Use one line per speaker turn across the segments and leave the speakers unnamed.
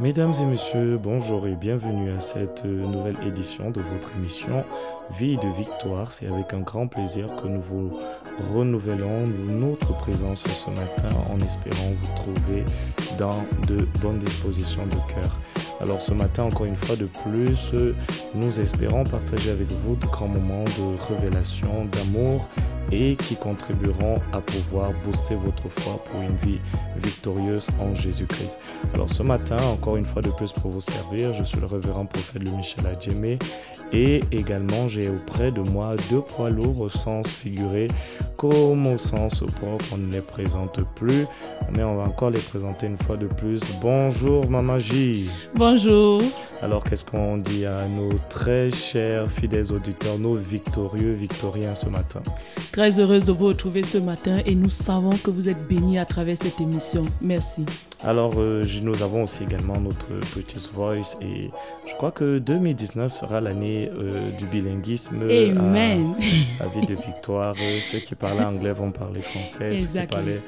Mesdames et messieurs, bonjour et bienvenue à cette nouvelle édition de votre émission Vie de Victoire. C'est avec un grand plaisir que nous vous renouvelons notre présence ce matin en espérant vous trouver dans de bonnes dispositions de cœur. Alors ce matin, encore une fois de plus, nous espérons partager avec vous de grands moments de révélation, d'amour et qui contribueront à pouvoir booster votre foi pour une vie victorieuse en Jésus-Christ. Alors ce matin, encore une fois de plus pour vous servir, je suis le révérend prophète Louis Michel Adjemé et également j'ai auprès de moi deux poids lourds au sens figuré comme au sens propre, on ne les présente plus, mais on va encore les présenter une fois de plus. Bonjour Maman J.
Bonjour.
Alors qu'est-ce qu'on dit à nos très chers fidèles auditeurs, nos victorieux, victoriens ce matin
Très heureuse de vous retrouver ce matin et nous savons que vous êtes bénis à travers cette émission. Merci.
Alors, euh, j- nous avons aussi également notre British Voice et je crois que 2019 sera l'année euh, du bilinguisme. euh, à-
Amen.
La vie de victoire. euh, Ceux qui parlaient anglais vont parler français. Ceux qui
Exactly.
parlaient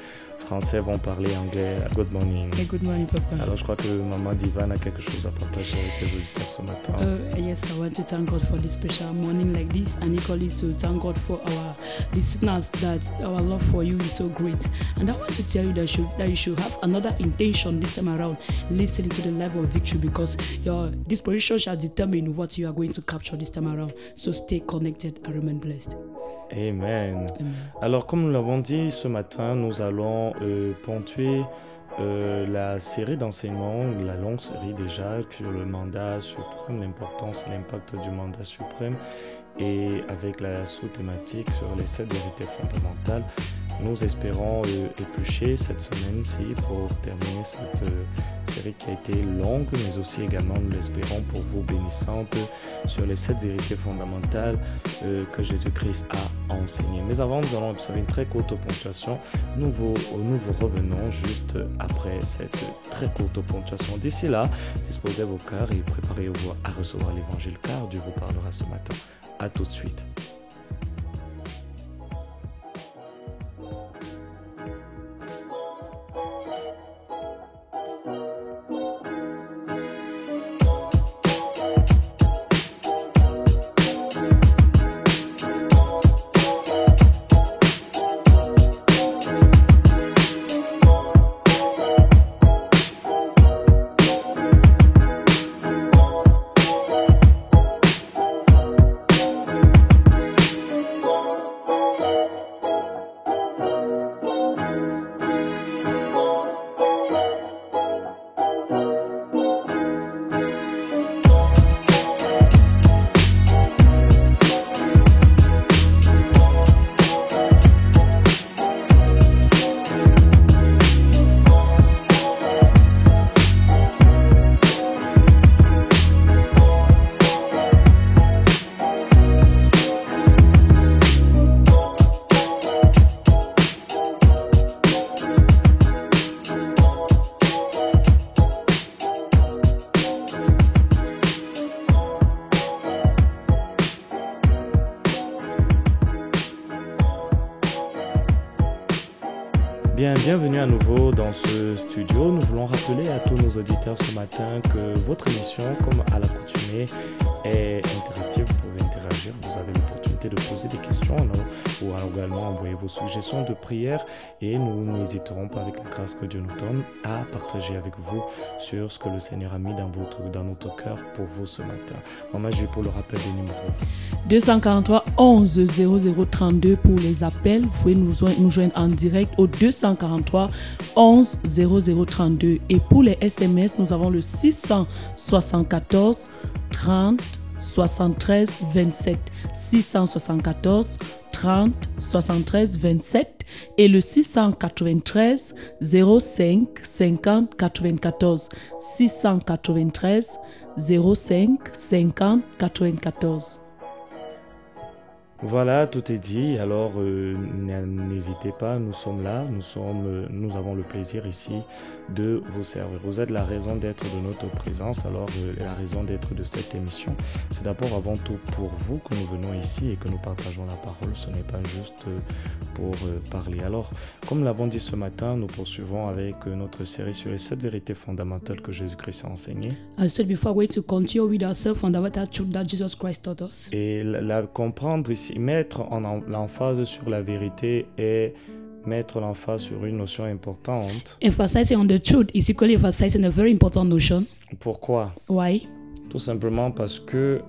français vont parler anglais. Good morning.
Et good morning, Papa.
Alors, je crois que Maman Divan a quelque chose à partager avec les auditeurs ce matin.
Uh, yes, I want to thank God for this special morning like this, and equally to thank God for our listeners that our love for you is so great. And I want to tell you that you, that you should have another intention this time around, listening to the life of victory, because your disposition shall determine what you are going to capture this time around. So stay connected and remain blessed. Euh.
Amen.
Amen.
Alors, comme nous l'avons dit ce matin, nous allons euh, ponctuer euh, la série d'enseignements, la longue série déjà, sur le mandat suprême, l'importance et l'impact du mandat suprême. Et avec la sous-thématique sur les sept vérités fondamentales, nous espérons euh, éplucher cette semaine-ci pour terminer cette euh, série qui a été longue, mais aussi également, nous l'espérons, pour vous bénissante sur les sept vérités fondamentales euh, que Jésus-Christ a enseigné. Mais avant, nous allons observer une très courte ponctuation. Nous vous, euh, nous vous revenons juste après cette très courte ponctuation. D'ici là, disposez vos cœurs et préparez-vous à recevoir l'évangile car Dieu vous parlera ce matin. À tout de suite. Bien, bienvenue à nouveau dans ce studio. Nous voulons rappeler à tous nos auditeurs ce matin que votre émission, comme à l'accoutumée, est interactive. Vous pouvez interagir. Vous avez l'opportunité de poser des questions alors, ou alors également envoyer vos suggestions de prière. Et nous n'hésiterons pas, avec la grâce que Dieu nous donne, à partager avec vous sur ce que le Seigneur a mis dans, votre, dans notre cœur pour vous ce matin. Maman, j'ai pour le rappel des numéros.
243 11 00 32 pour les appels. Vous pouvez nous joindre, nous joindre en direct au 243 11 00 32. Et pour les SMS, nous avons le 674 30 73 27 674 30 73 27 et le 693 05 50 94 693 05 50 94.
Voilà, tout est dit. Alors, euh, n'hésitez pas, nous sommes là, nous, sommes, euh, nous avons le plaisir ici de vous servir. Vous êtes la raison d'être de notre présence, alors euh, la raison d'être de cette émission, c'est d'abord avant tout pour vous que nous venons ici et que nous partageons la parole. Ce n'est pas juste euh, pour euh, parler. Alors, comme l'avons dit ce matin, nous poursuivons avec euh, notre série sur les sept vérités fondamentales que Jésus-Christ a enseignées.
I said before, we're to continue with ourselves on the vital truth that Jesus Christ taught us.
Et la, la- comprendre ici, mettre en, en- l'emphase sur la vérité et mettre l'emphase sur une notion importante.
Emphasizing on the truth is equally emphasizing a very important notion.
Pourquoi
Why?
Tout simplement parce que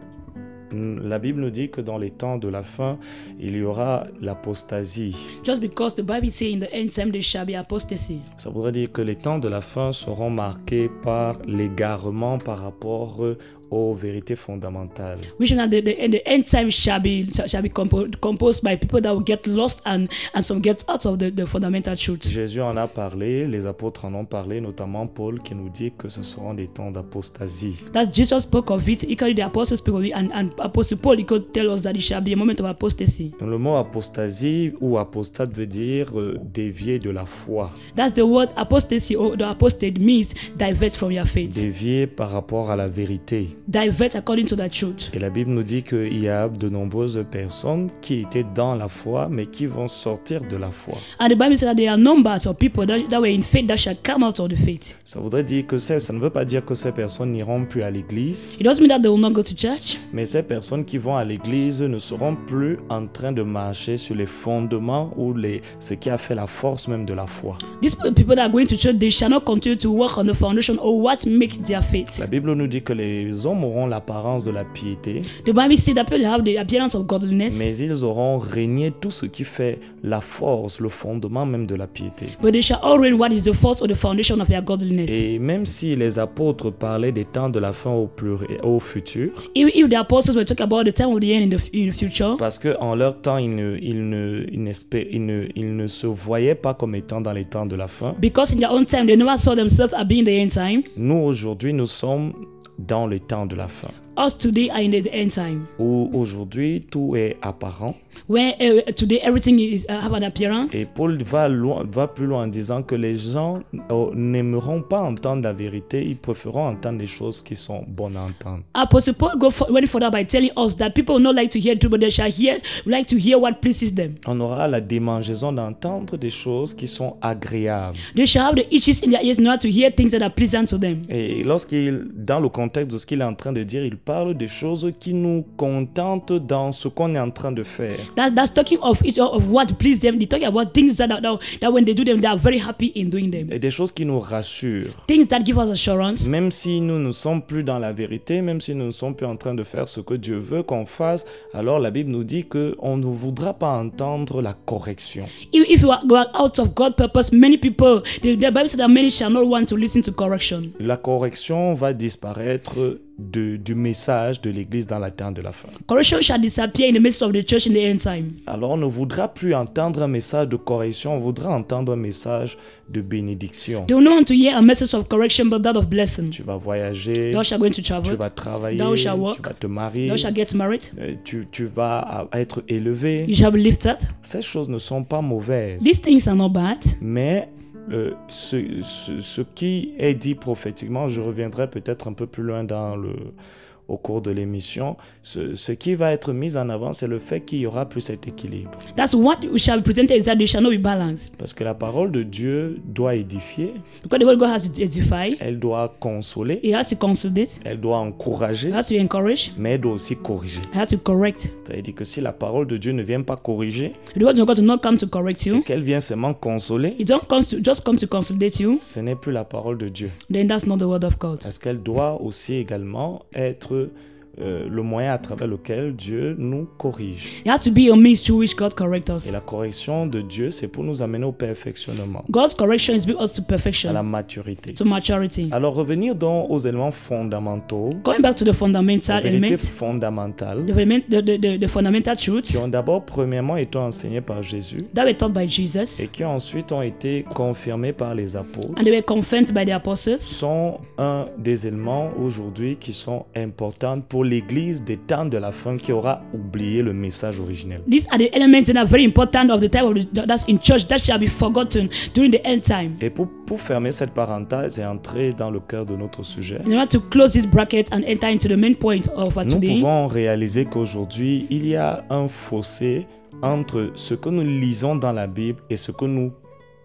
mm, la Bible nous dit que dans les temps de la fin, il y aura l'apostasie.
Just because the Bible says in the end time there shall be apostasy.
Ça voudrait dire que les temps de la fin seront marqués par l'égarement par rapport euh, aux vérités fondamentales.
Which means that the, the, the end time shall be shall be compo- composed by people that will get lost and and some get out of the, the fundamental truth.
Jésus en a parlé, les apôtres en ont parlé, notamment Paul qui nous dit que ce seront des temps d'apostasie.
That Jesus spoke of it, equally the apostles spoke of it, and, and Apostle Paul he could tell us that it shall be a moment of apostasy.
Le mot apostasie ou apostate veut dire euh, dévier de la foi,
That's the word apostasy or the apostate means divert from your faith.
dévier par rapport à la vérité.
Divert according to the truth.
Et la Bible nous dit qu'il y a de nombreuses personnes qui étaient dans la foi mais qui vont sortir de la foi.
And the Bible says that there are numbers of people that, that were in faith that shall come out of the faith.
Ça voudrait dire que c'est- ça ne veut pas dire que ces personnes n'iront plus à l'église,
It doesn't mean that they will not go to church,
mais ces personnes qui vont à l'église ne seront plus en train de marcher sur les fondements ou les, ce qui a fait la force même de la foi.
These pe- people that are going to church, they shall not continue to work on the foundation or what makes their faith.
La Bible nous dit que les hommes auront l'apparence de la piété,
The Bible says that people have the appearance of godliness,
mais ils auront régné tout ce qui fait la force, le fondement même de la piété.
but they shall all reign what is the fault or the foundation of their godliness.
Et même si les apôtres parlaient des temps de la fin au, pluri- au futur,
Even if the apostles were talking about the time of the end in the, f- in the future,
parce qu'en leur temps, ils ne, ils, ne, ils, n'espé- ils ne, ils ne se voyaient pas comme étant dans les temps de la fin,
because in their own time they never saw themselves as being the end time,
nous aujourd'hui, nous sommes dans les temps de la fin,
us today are in the end time.
où aujourd'hui, tout est apparent.
Where uh, today everything is uh, have an appearance.
Et Paul va, loin, va plus loin en disant que les gens oh, n'aimeront pas entendre la vérité, ils préféreront entendre des choses qui sont bonnes à entendre.
Apostle Paul go for, went further by telling us that people will not like to hear truth, but they shall hear like to hear what pleases them.
On aura la démangeaison d'entendre des choses qui sont agréables.
They shall have the itches in their ears in order to hear things that are pleasant to them.
Et lorsqu'il, dans le contexte de ce qu'il est en train de dire, il parle des choses qui nous contentent dans ce qu'on est en train de faire.
That, that's talking of it of what please them. They talking about things that, are- that that when they do them, they are very happy in doing them.
Et des choses qui nous rassurent.
Things that give us assurance.
Même si nous ne sommes plus dans la vérité, même si nous ne sommes plus en train de faire ce que Dieu veut qu'on fasse, alors la Bible nous dit qu'on ne voudra pas entendre la correction.
If, if you are, go out of God's purpose, many people the, the Bible says that many shall not want to listen to correction.
La correction va disparaître de- du message de l'Église dans la terre de la fin.
Correction shall disappear in the midst of the church in the end time.
Alors on ne voudra plus entendre un message de correction, on voudra entendre un message de bénédiction.
They will not want to hear a message of correction, but that of blessing.
Tu vas voyager,
Thou shall going to
tu
travel.
vas travailler,
thou shalt
tu
work,
vas te marier,
Thou shall get married.
euh, tu, tu vas à- à être élevé.
You shall be lifted.
Ces choses ne sont pas mauvaises.
These things are not bad.
Mais euh, ce, ce- ce qui est dit prophétiquement, je reviendrai peut-être un peu plus loin dans le, au cours de l'émission, ce, ce qui va être mis en avant, c'est le fait qu'il y aura plus cet équilibre.
That's what we shall be presented is that they shall not be balanced.
Parce que la parole de Dieu doit édifier,
Because the word God has to edify,
elle doit consoler,
He has to consolidate,
elle doit encourager,
He has to encourage,
mais elle doit aussi corriger.
He has to correct.
C'est-à-dire que si la parole de Dieu ne vient pas corriger,
The word of God will not come to correct you.
qu'elle vient seulement consoler,
It don't come to just come to consolidate you.
ce n'est plus la parole de Dieu.
Then that's not the word of God.
Parce qu'elle doit aussi également être euh, le moyen à travers lequel Dieu nous corrige.
It has to be a means through which God corrects
Et
us.
la correction de Dieu, c'est pour nous amener au perfectionnement,
God's correction is bring us to
à la
perfection,
maturité.
to maturity.
Alors revenir donc aux éléments fondamentaux,
Going back to the fundamental
aux vérités
element,
fondamentales,
the, element- the, the, the, the fundamental truths
qui ont d'abord premièrement été enseignées par Jésus
that were taught by Jesus
et qui ensuite ont été confirmées par les apôtres,
and they were confirmed by the apostles
sont un des éléments aujourd'hui qui sont importants pour l'Église des temps de la fin qui aura oublié le message originel.
these are the elements that are very important of the time of the, that's in church that shall be forgotten during the end time
Et pour, pour fermer cette parenthèse et entrer dans le cœur de notre sujet,
in order to close this bracket and enter into the main point of uh,
nous
today
pouvons réaliser qu'aujourd'hui, il y a un fossé entre ce que nous lisons dans la Bible et ce que nous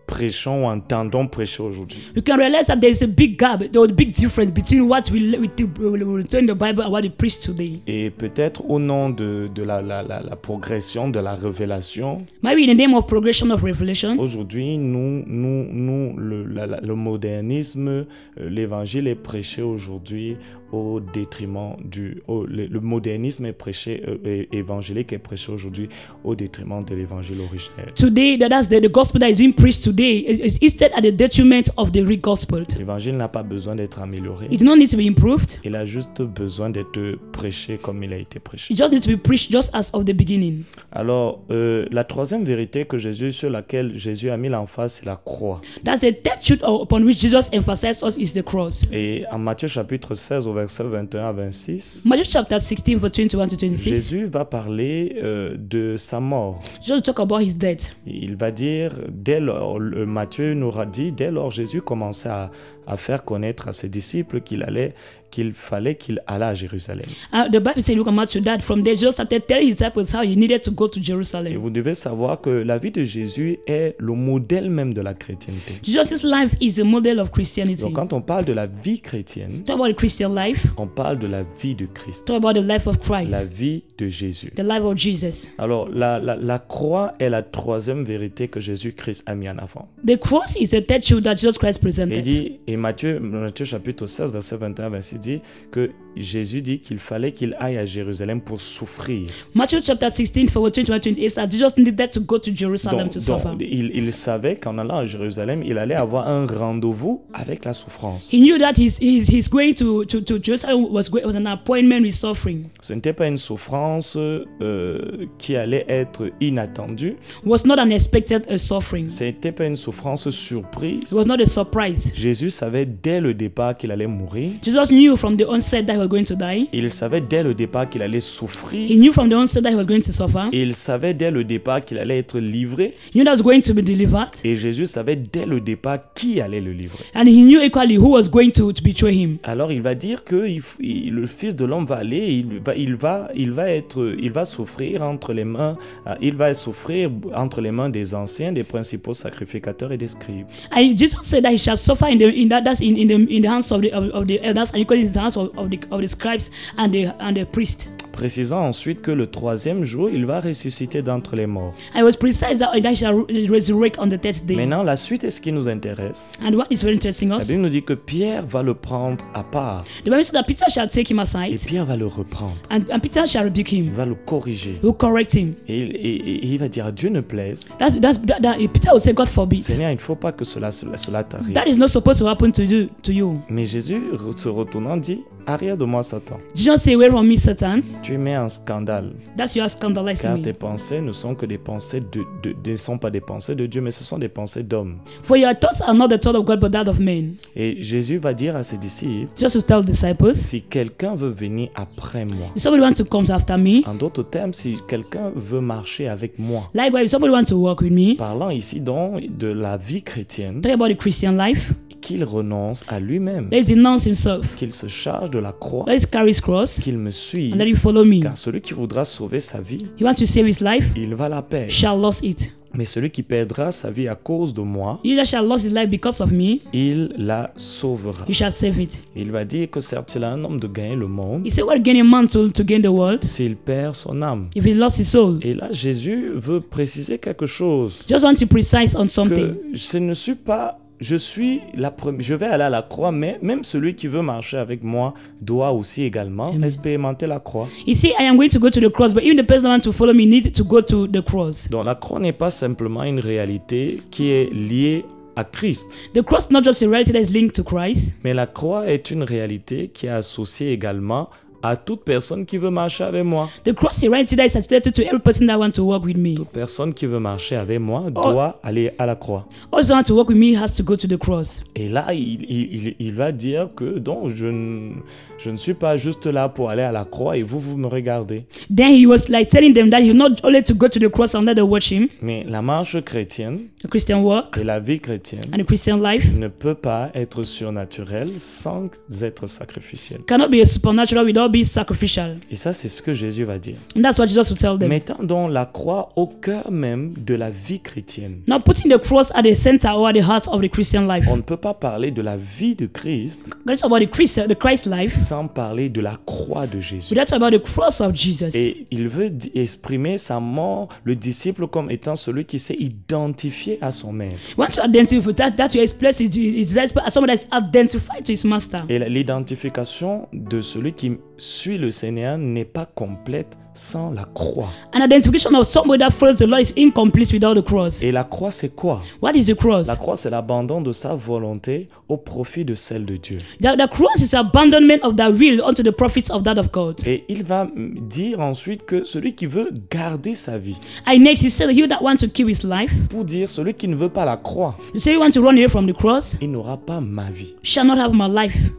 prêchons ou entendons prêcher aujourd'hui.
we can realize that there is a big gap there was a big difference between what we we do we we do in the bible and what we preach today
Et peut-être au nom de, de la, la- la- la progression, de la révélation,
maybe in the name of progression of revelation
aujourd'hui, nous, nous, nous, le, la- la- le modernisme, euh, l'évangile est prêché aujourd'hui au détriment du... au- le, le modernisme est prêché, euh, é- évangélique est prêché aujourd'hui au détriment de l'évangile originel.
today that that's the, the gospel that is being preached today is, is instead at the detriment of the real gospel
L'évangile n'a pas besoin d'être amélioré.
it do not need to be improved
Il a juste besoin d'être prêché comme il a été prêché.
it just needs to be preached just as of the beginning
Alors, euh, la troisième vérité que Jésus, sur laquelle Jésus a mis l'emphase, c'est la croix.
That's the third truth upon which Jesus emphasized us is the cross.
Et en Matthieu chapitre 16 au verset 21 à 26,
Matthew chapter 16, verse 21 to 26.
Jésus va parler euh, de sa mort.
Just talk about his death.
Il va dire, dès lors, le- Matthieu nous a dit, dès lors Jésus commençait à, à faire connaître à ses disciples qu'il allait, qu'il fallait qu'il allât à Jérusalem.
Uh, the Bible says, look at Matthew, that from there, Jesus started telling his disciples how he needed to go to
Et
Jerusalem.
vous devez savoir que la vie de Jésus est le modèle même de la chrétienté.
Jesus' life is the model of Christianity.
Donc
Talk
quand on parle de la vie chrétienne,
about the Christian life.
on parle de la vie de Christ,
Talk about the life of Christ,
la vie de Jésus.
the life of Jesus.
Alors la, la- la croix est la troisième vérité que Jésus-Christ a mis en avant.
The cross is the third truth that Jesus Christ
Et,
presented.
dit, et Matthieu, Matthieu chapitre 16, verset 21, 26 dit que Jésus dit qu'il fallait qu'il aille à Jérusalem pour souffrir.
Matthew chapter 16, verse 21 to 28 that Jesus needed to go to Jerusalem
Donc,
to
donc,
suffer.
il, il savait qu'en allant à Jérusalem, il allait avoir un rendez-vous avec la souffrance.
He knew that he's, he's, he's going to, to, to Jerusalem was, going, was an appointment with suffering.
Ce n'était pas une souffrance euh, qui allait être inattendue.
was not unexpected uh, suffering.
Ce n'était pas une souffrance surprise.
It was not a surprise.
Jésus savait dès le départ qu'il allait mourir.
Jesus knew from the onset that he was going to die.
Il savait dès le départ qu'il allait
He
souffrir.
knew from the onset that he was going to suffer.
Il savait dès le départ qu'il allait être livré.
He knew that he was going to be delivered.
Et Jésus savait dès le départ qui allait le livrer.
And he knew equally who was going to, to betray him.
Alors il va dire que il f- il- le Fils de l'homme va aller, il va, il va, il va être, il va souffrir entre les mains, euh, il va souffrir entre les mains des anciens, des principaux sacrificateurs et des scribes.
And Jesus said that he shall suffer in the in that that's in, in the in the hands of the of, of the elders and equally in the hands of, of the of the scribes and the and the priest.
Précisant ensuite que le troisième jour, il va ressusciter d'entre les morts.
And it was precise that, that he shall resurrect on the third day.
Maintenant, la suite est ce qui nous intéresse.
And what is very interesting
La
us,
Bible nous dit que Pierre va le prendre à part
the Bible said that Peter shall take him
et
aside
Pierre va le reprendre.
and, and Peter shall rebuke
Il
him,
va le corriger
will correct him.
et, il- et- et- et il va dire à Dieu ne plaise.
That's that's that, that Peter will say, God forbid.
Seigneur, il ne faut pas que cela, cela, cela t'arrive.
That is not supposed to happen to you. To you.
Mais Jésus, re- se retournant, dit Arrière de moi, Satan,
Jesus say, away from me, Satan.
tu mets en scandale,
That's you are
car
scandalizing
tes
me.
pensées ne sont que des pensées de, de- de- ne sont pas des pensées de Dieu, mais ce sont des pensées d'homme.
For your thoughts are not the thought of God, but that of men.
Et Jésus va dire à ses disciples
Just to tell disciples,
Si quelqu'un veut venir après moi,
if somebody wants to come after me,
en d'autres termes, si quelqu'un veut marcher avec moi,
likewise, if somebody wants to walk with me,
parlant ici donc de la vie chrétienne,
talk about the Christian life,
qu'il renonce à lui-même,
let him denounce himself.
qu'il se charge de la croix,
Let him carry his cross
qu'il me suive,
and let him follow me.
car celui qui voudra sauver sa vie,
He wants to save his life,
il va la perdre.
shall lose it.
Mais celui qui perdra sa vie à cause de moi,
He that shall lose his life because of me,
il la sauvera.
he shall save it.
Il va dire que certes, il a un homme de gagner le monde
He said, What gain a man to, to gain the world
s'il perd son âme.
if he lost his soul?
Et là, Jésus veut préciser quelque chose.
Just want to precise on something.
Que je ne suis pas je suis la première, je vais aller à la croix, mais même celui qui veut marcher avec moi doit aussi également expérimenter la croix.
You see, I am going to go to the cross, but even the person that wants to follow me need to go to the cross.
Donc la croix n'est pas simplement une réalité qui est liée à Christ,
The cross is not just a reality that is linked to Christ,
mais la croix est une réalité qui est associée également à toute personne qui veut marcher avec moi.
the cross is a reality that is associated to every person that wants to walk with me.
Personne qui veut marcher avec moi doit aller à la croix.
Also, want to walk with me has to go to the cross.
Et là, il, il- il- il va dire que donc je, ne- je ne suis pas juste là pour aller à la croix et vous, vous me regardez.
Then he was like telling them that he's not only to go to the cross and let them watch him,
Mais la marche chrétienne
the Christian walk
et la vie chrétienne
and the Christian life
ne peut pas être surnaturelle sans être sacrificielle.
cannot be a supernatural without being sacrificial.
Et ça, c'est ce que Jésus va dire.
And that's what Jesus would tell them.
Mettant donc la croix au cœur même de la vie chrétienne.
Now, putting the cross at the center or at the heart of the Christian life.
On ne peut pas parler de la vie de Christ
Let's talk about the Christian, the Christ life.
sans parler de la croix de Jésus.
We let's talk about the cross of Jesus.
Et il veut di- exprimer sa mort, le disciple, comme étant celui qui s'est identifié à son maître.
Once you identify with that, that you express is is that as someone that's identified to his master.
Et la- l'identification de celui qui suit le Seigneur n'est pas complète sans la croix.
An identification of somebody that follows the Lord is incomplete without the cross.
Et la croix, c'est quoi
What is the cross?
La croix, c'est l'abandon de sa volonté au profit de celle de Dieu.
The, the cross is abandonment of that will unto the profits of that of God.
Et il va mm, dire ensuite que celui qui veut garder sa vie,
And next, he said, He that wants to keep his life,
pour dire celui qui ne veut pas la croix,
you say you want to run away from the cross,
il n'aura pas ma vie.
shall not have my life.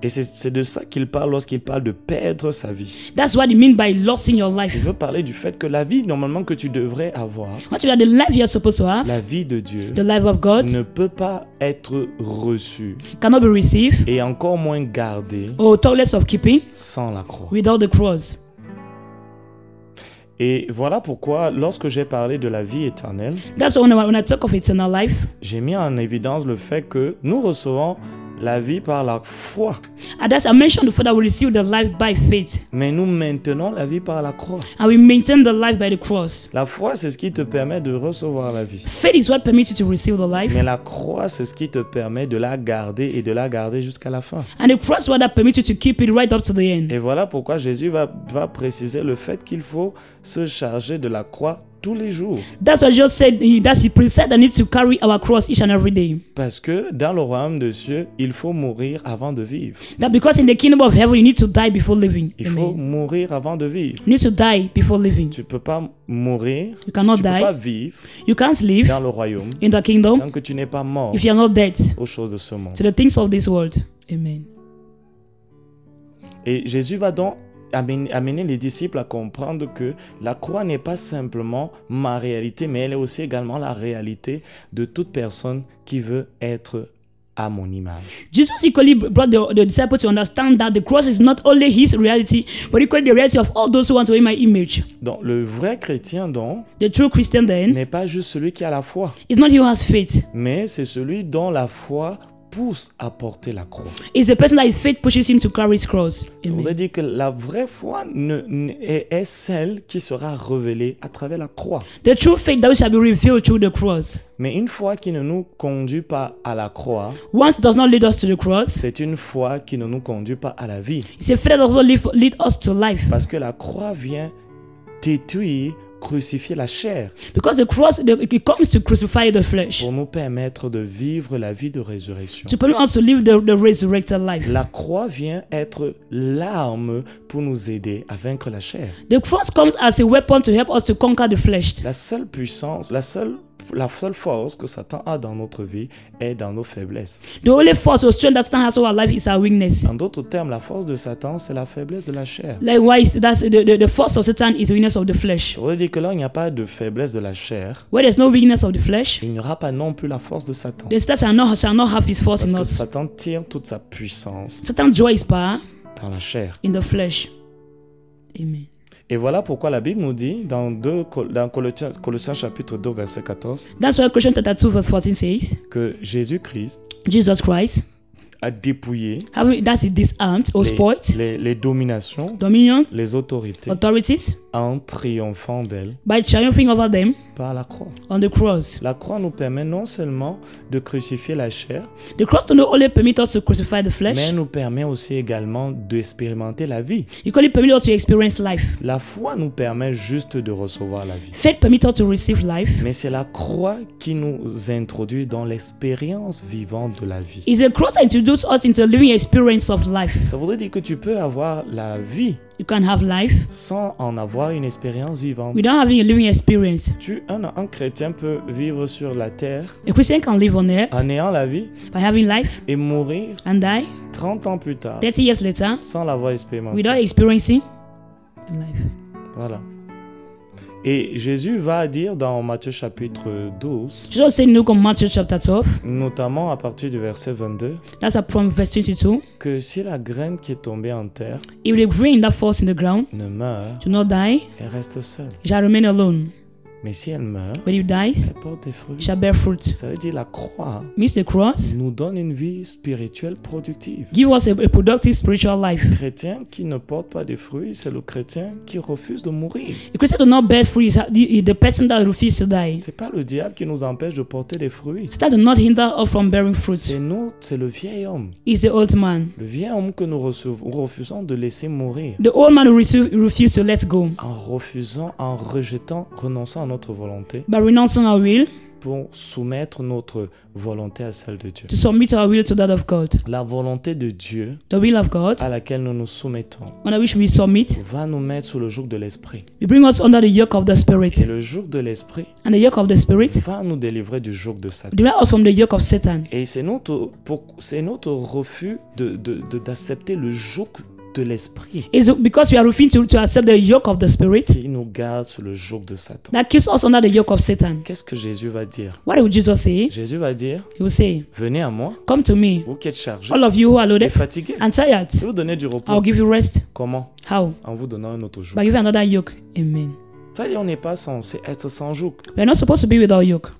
Et c'est- c'est de ça qu'il parle lorsqu'il parle de perdre sa vie.
That's what he mean by lost in your
Il
life.
veut parler du fait que la vie normalement que tu devrais avoir,
Once you have the life you are supposed to have,
la vie de Dieu,
the life of God,
ne peut pas être reçue
cannot be received,
et encore moins gardée
or talk less of keeping
sans la croix.
without the cross.
Et voilà pourquoi lorsque j'ai parlé de la vie éternelle,
That's why when I, when I talk of eternal life,
j'ai mis en évidence le fait que nous recevons la vie par la foi,
and that's I mentioned before that we receive the life by faith,
mais nous maintenons la vie par la croix.
and we maintain the life by the cross.
La foi, c'est ce qui te permet de recevoir la vie.
Faith is what permits you to receive the life,
Mais la croix, c'est ce qui te permet de la garder et de la garder jusqu'à la fin.
and the cross is what that permits you to keep it right up to the end.
Et voilà pourquoi Jésus va, va préciser le fait qu'il faut se charger de la croix tous les jours.
That's what Jesus said. He, that's He preset that need to carry our cross each and every day.
Parce que dans le royaume de Dieu, il faut mourir avant de vivre.
That because in the kingdom of heaven you need to die before living.
Il faut
Amen.
mourir avant de vivre.
You need to die before living.
Tu ne peux pas mourir,
You cannot
tu ne peux pas
die.
vivre
You can't live
dans le royaume
in the kingdom
tant que tu n'es pas mort
if you are not dead
aux choses de ce monde.
to the things of this world. Amen.
Et Jésus va donc amen- amener les disciples à comprendre que la croix n'est pas simplement ma réalité, mais elle est aussi également la réalité de toute personne qui veut être à mon image.
Jesus equally brought the, the disciples to understand that the cross is not only his reality, but equally the reality of all those who want to be my image.
Donc le vrai chrétien, donc,
The true Christian then
n'est pas juste celui qui a la foi,
is not he who has faith.
mais c'est celui dont la foi pousse à porter la croix.
It's the person that his faith pushes him to carry his cross.
Ça
Amen.
voudrait dire que la vraie foi ne- ne- est, est celle qui sera révélée à travers la croix.
The true faith that shall be revealed through the cross.
Mais une foi qui ne nous conduit pas à la croix,
Once does not lead us to the cross,
c'est une foi qui ne nous conduit pas à la vie.
it's a faith that does not lead, lead us to life.
Parce que la croix vient détruire, crucifier la chair
Because the cross, the, it comes to crucify the flesh,
pour nous permettre de vivre la vie de résurrection.
to permit us to live the, the resurrected life.
La croix vient être l'arme pour nous aider à vaincre la chair.
The cross comes as a weapon to help us to conquer the flesh.
La seule puissance, la seule, la seule force que Satan a dans notre vie est dans nos faiblesses.
The only force or strength that Satan has over our life is our weakness.
En d'autres termes, la force de Satan, c'est la faiblesse de la chair.
Likewise, that's the, the, the force of Satan is the weakness of the flesh.
Ça veut dire que là, il n'y a pas de faiblesse de la chair.
Where there's no weakness of the flesh,
Il n'y aura pas non plus la force de Satan.
the Satan shall not, shall not have his force
Parce
in
que
us.
Satan tire toute sa puissance
Satan joy his power
dans la chair.
in the flesh. Amen.
Et voilà pourquoi la Bible nous dit dans, 2, Col- dans Colossiens, Colossiens chapitre 2 verset 14
That's why Colossians chapter 2 verse 14 says,
que Jésus-Christ
Jesus Christ,
a dépouillé
having, that's it, disarmed or
les,
spoiled,
les- les dominations,
dominion,
les autorités
authorities,
en triomphant d'elles
by triumphing over them
par la croix.
on the cross.
La croix nous permet non seulement de crucifier la chair,
The cross does not only permit us to crucify the
mais
flesh,
nous permet aussi également d'expérimenter la vie.
it only permits us to experience life.
La foi nous permet juste de recevoir la vie.
Faith permits us to receive life.
Mais c'est la croix qui nous introduit dans l'expérience vivante de la vie.
It's a cross that introduces us into a living experience of life.
Ça voudrait dire que tu peux avoir la vie
You can have life
sans en avoir une expérience vivante.
without having a living experience.
Tu, un, un chrétien peut vivre sur la terre
A Christian can live on earth
en ayant la vie
by having life
et mourir
and die
30 ans plus tard
30 years later
sans l'avoir expérimenté.
without experiencing life.
Voilà. Et Jésus va dire dans Matthieu chapitre 12,
Jesus said in the book of Matthew chapter 12,
notamment à partir du verset 22,
that's up from verse 22.
que si la graine qui est tombée en terre
If the grain that falls in the ground
ne meurt,
do not die, it
elle reste seule.
shall remain alone.
Mais si elle meurt,
When it dies,
elle porte des fruits.
it shall bear fruit.
Ça veut dire la croix
Miss the cross,
nous donne une vie spirituelle productive.
give us a, a productive spiritual life.
Le chrétien qui ne porte pas de fruits, c'est le chrétien qui refuse de mourir.
A Christian does not bear fruit is the, is the person that refuses to die.
C'est pas le diable qui nous empêche de porter des fruits.
Satan does not hinder us from bearing fruit.
C'est nous, c'est le vieil homme.
It's the old man.
Le vieil homme que nous recevons- refusons de laisser mourir.
The old man who refu- who refused to let go.
En refusant, en rejetant, renonçant à notre volonté
By renouncing our will,
pour soumettre notre volonté à celle de Dieu.
to submit our will to that of God.
La volonté de Dieu
The will of God,
à laquelle nous nous soumettons
under which we submit,
va nous mettre sous le joug de l'esprit.
will bring us under the yoke of the
Et
Spirit.
le joug de l'esprit
And the yoke of the Spirit
va nous délivrer du joug de Satan.
deliver us from the yoke of Satan.
Et c'est notre, pour- c'est notre refus d'accepter de, de, d'accepter le joug de l'esprit
It's because we are refusing to, to accept the yoke of the Spirit
qui nous garde sous le joug de Satan.
that keeps us under the yoke of Satan.
Qu'est-ce que Jésus va dire
What would Jesus say?
Jésus va dire
He will say,
Venez à moi,
Come to me,
vous qui êtes chargés
all of you who are
et
loaded
fatigués.
and tired.
Je vais vous donner du
I will
repos.
give you rest.
Comment
How?
En vous donnant un autre joug.
By giving another yoke. Amen.
Ça veut dire on n'est pas censé être sans joug.
We are not supposed to be without yoke.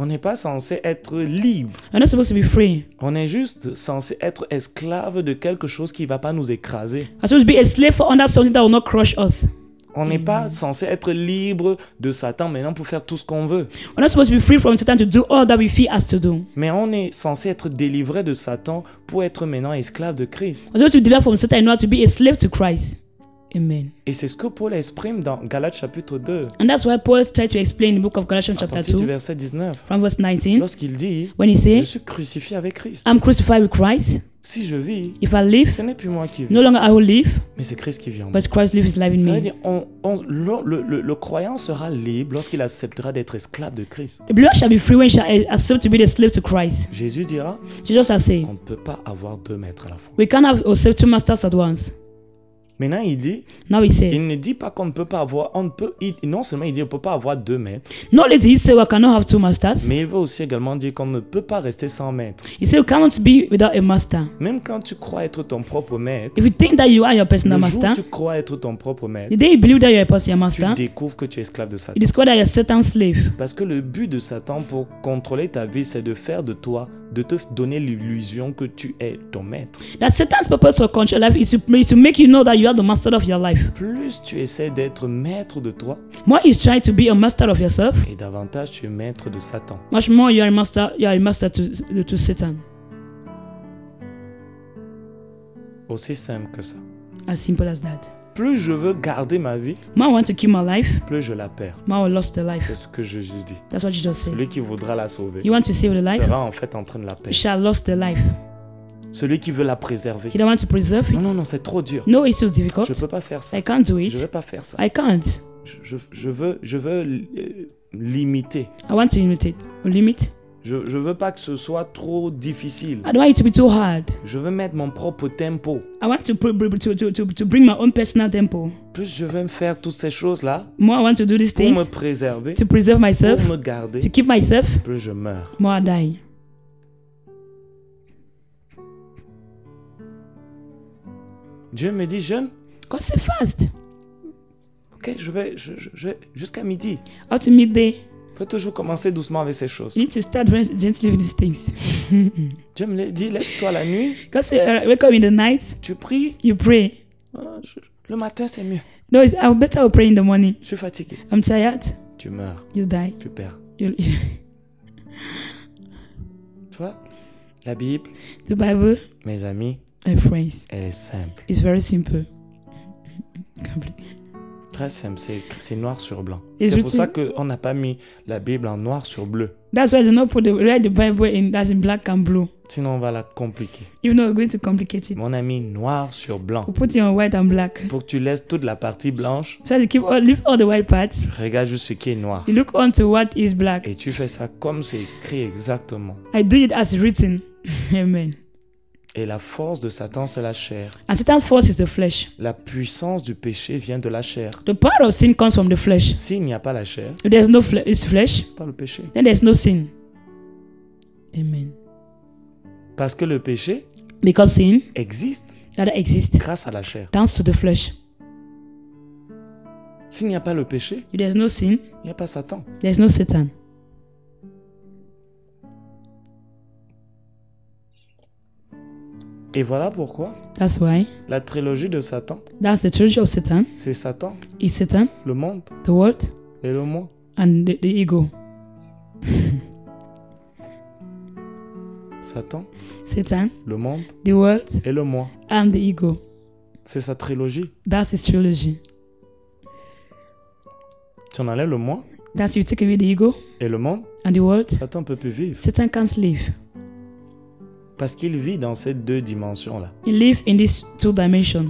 On n'est pas censé être libre.
We are not supposed to be free.
On est juste censé être esclave de quelque chose qui ne va pas nous écraser.
We are supposed to be a slave for under something that will not crush us.
On n'est pas censé être libre de Satan maintenant pour faire tout ce qu'on veut.
We're not supposed to be free from Satan to do all that we feel us to do.
Mais on est censé être délivré de Satan pour être maintenant esclave de Christ.
We're supposed to be delivered from Satan in order to be a slave to Christ. Amen.
Et c'est ce que Paul exprime dans Galates chapitre 2,
And that's why Paul tried to explain in the book of Galatians
à
chapter
partir du
2
verset 19,
from verse 19
lorsqu'il dit
when he
Je
says,
suis crucifié avec Christ.
I'm crucified with Christ.
Si je vis,
If I live,
ce n'est plus moi qui vis,
no longer I will live,
mais c'est Christ qui vit en moi.
but Christ lives his life in
Ça veut
me.
dire on- on- le, le- le- le croyant sera libre lorsqu'il acceptera d'être esclave de Christ.
The believer shall be free when he shall accept to be the slave to Christ.
Jésus dira
Jesus shall say,
On ne peut pas avoir deux maîtres à la fois.
We can't have or serve two masters at once.
Maintenant, il dit
Now he said,
Il ne dit pas qu'on ne peut pas avoir, on ne peut, il- non seulement il dit On ne peut pas avoir deux maîtres,
Not only did he say we cannot have two masters,
mais il veut aussi également dire qu'on ne peut pas rester sans maître.
he said we cannot be without a master.
Même quand tu crois être ton propre maître,
If you think that you are your personal
le jour où
master,
tu crois être ton propre maître,
the day you believe that you are a personal
tu
master,
découvres que tu es esclave de
you
Satan.
discover that you are Satan's slave.
Parce que le but de Satan pour contrôler ta vie, c'est de faire de toi, de te donner l'illusion que tu es ton maître.
That Satan's purpose for control life is to, is to make you know that you are the master of your life.
Plus tu essaies d'être maître de toi,
More you try to be a master of yourself,
et davantage tu es maître de Satan.
much more you are a master. You are a master to, to Satan.
Aussi simple que ça.
As simple as that.
Plus je veux garder ma vie,
More I want to kill my life,
plus je la perds.
more I lost the life.
C'est ce que Jésus dit.
That's what Jesus said.
Celui qui voudra la sauver
You want to save the life,
sera en fait en train de la
you
perdre.
shall lost the life.
Celui qui veut la préserver.
You don't want to preserve
Non,
it.
non, non, c'est trop dur.
No, it's too
Je
difficult.
peux pas faire ça.
I can't do
Je veux
it.
pas faire ça.
I can't.
Je, je- je veux, je veux euh, limiter.
I want to imitate. Limit.
Je, je veux pas que ce soit trop difficile.
I don't want it to be too hard.
Je veux mettre mon propre tempo.
I want to, pr- pr- to, to, to, to bring my own personal tempo.
Plus je veux me faire toutes ces choses-là
More I want to do these
pour me
things
préserver,
to preserve
pour
myself,
me garder,
to keep myself,
plus je meurs.
more I die.
Dieu me dit, jeune,
God said fast.
ok, je vais, je, je- je vais jusqu'à midi.
Up to midday,
faut toujours commencer doucement avec ces choses.
you need to start very gently with these things.
Dieu me dit, lève-toi la nuit,
God said, uh, wake up in the night,
tu pries.
you pray.
Ah, je- Le matin, c'est mieux.
No, it's I'll better I'll pray in the morning.
Je suis fatigué.
I'm tired.
tu meurs,
you die.
tu perds.
You,
Tu vois La Bible,
the Bible,
mes amis,
my friends,
elle est simple.
is very simple. Compli-
Très simple, c'est c'est noir sur blanc.
Et
C'est
je
pour
te-
ça qu'on n'a pas mis la Bible en noir sur bleu.
That's why they not put the write the Bible in that's in black and blue.
Sinon, on va la compliquer.
Even though we're going to complicate it,
Mon ami, noir sur blanc.
we put it on white and black.
Pour que tu laisses toute la partie blanche,
So they keep all, leave all the white parts.
regarde juste ce qui est noir.
You look on to what is black.
Et tu fais ça comme c'est écrit exactement.
I do it as written. Amen.
Et la force de Satan, c'est la chair.
And Satan's force is the flesh.
La puissance du péché vient de la chair.
The power of sin comes from the flesh.
S'il n'y a pas la chair,
If there's no fle- is flesh,
pas le péché.
then there's no sin. Amen.
Parce que le péché
Because sin
existe
that exists
grâce à la chair.
thanks to the flesh.
S'il n'y a pas le péché,
If there's no sin,
il n'y a pas Satan.
there's no Satan.
Et voilà pourquoi
That's why
la trilogie de Satan,
that's the treasure of Satan.
c'est Satan,
Is Satan,
le monde
the world,
et le moi.
and the, the ego.
Satan,
Satan,
le monde
the world,
et le moi.
and the ego.
C'est sa trilogie.
That's his trilogy.
Si on enlève le moi
That's you take away the ego
et le monde,
and the world.
Satan ne peut plus vivre.
Satan can't live.
Parce qu'il vit dans ces deux dimensions-là.
He live in this two dimension.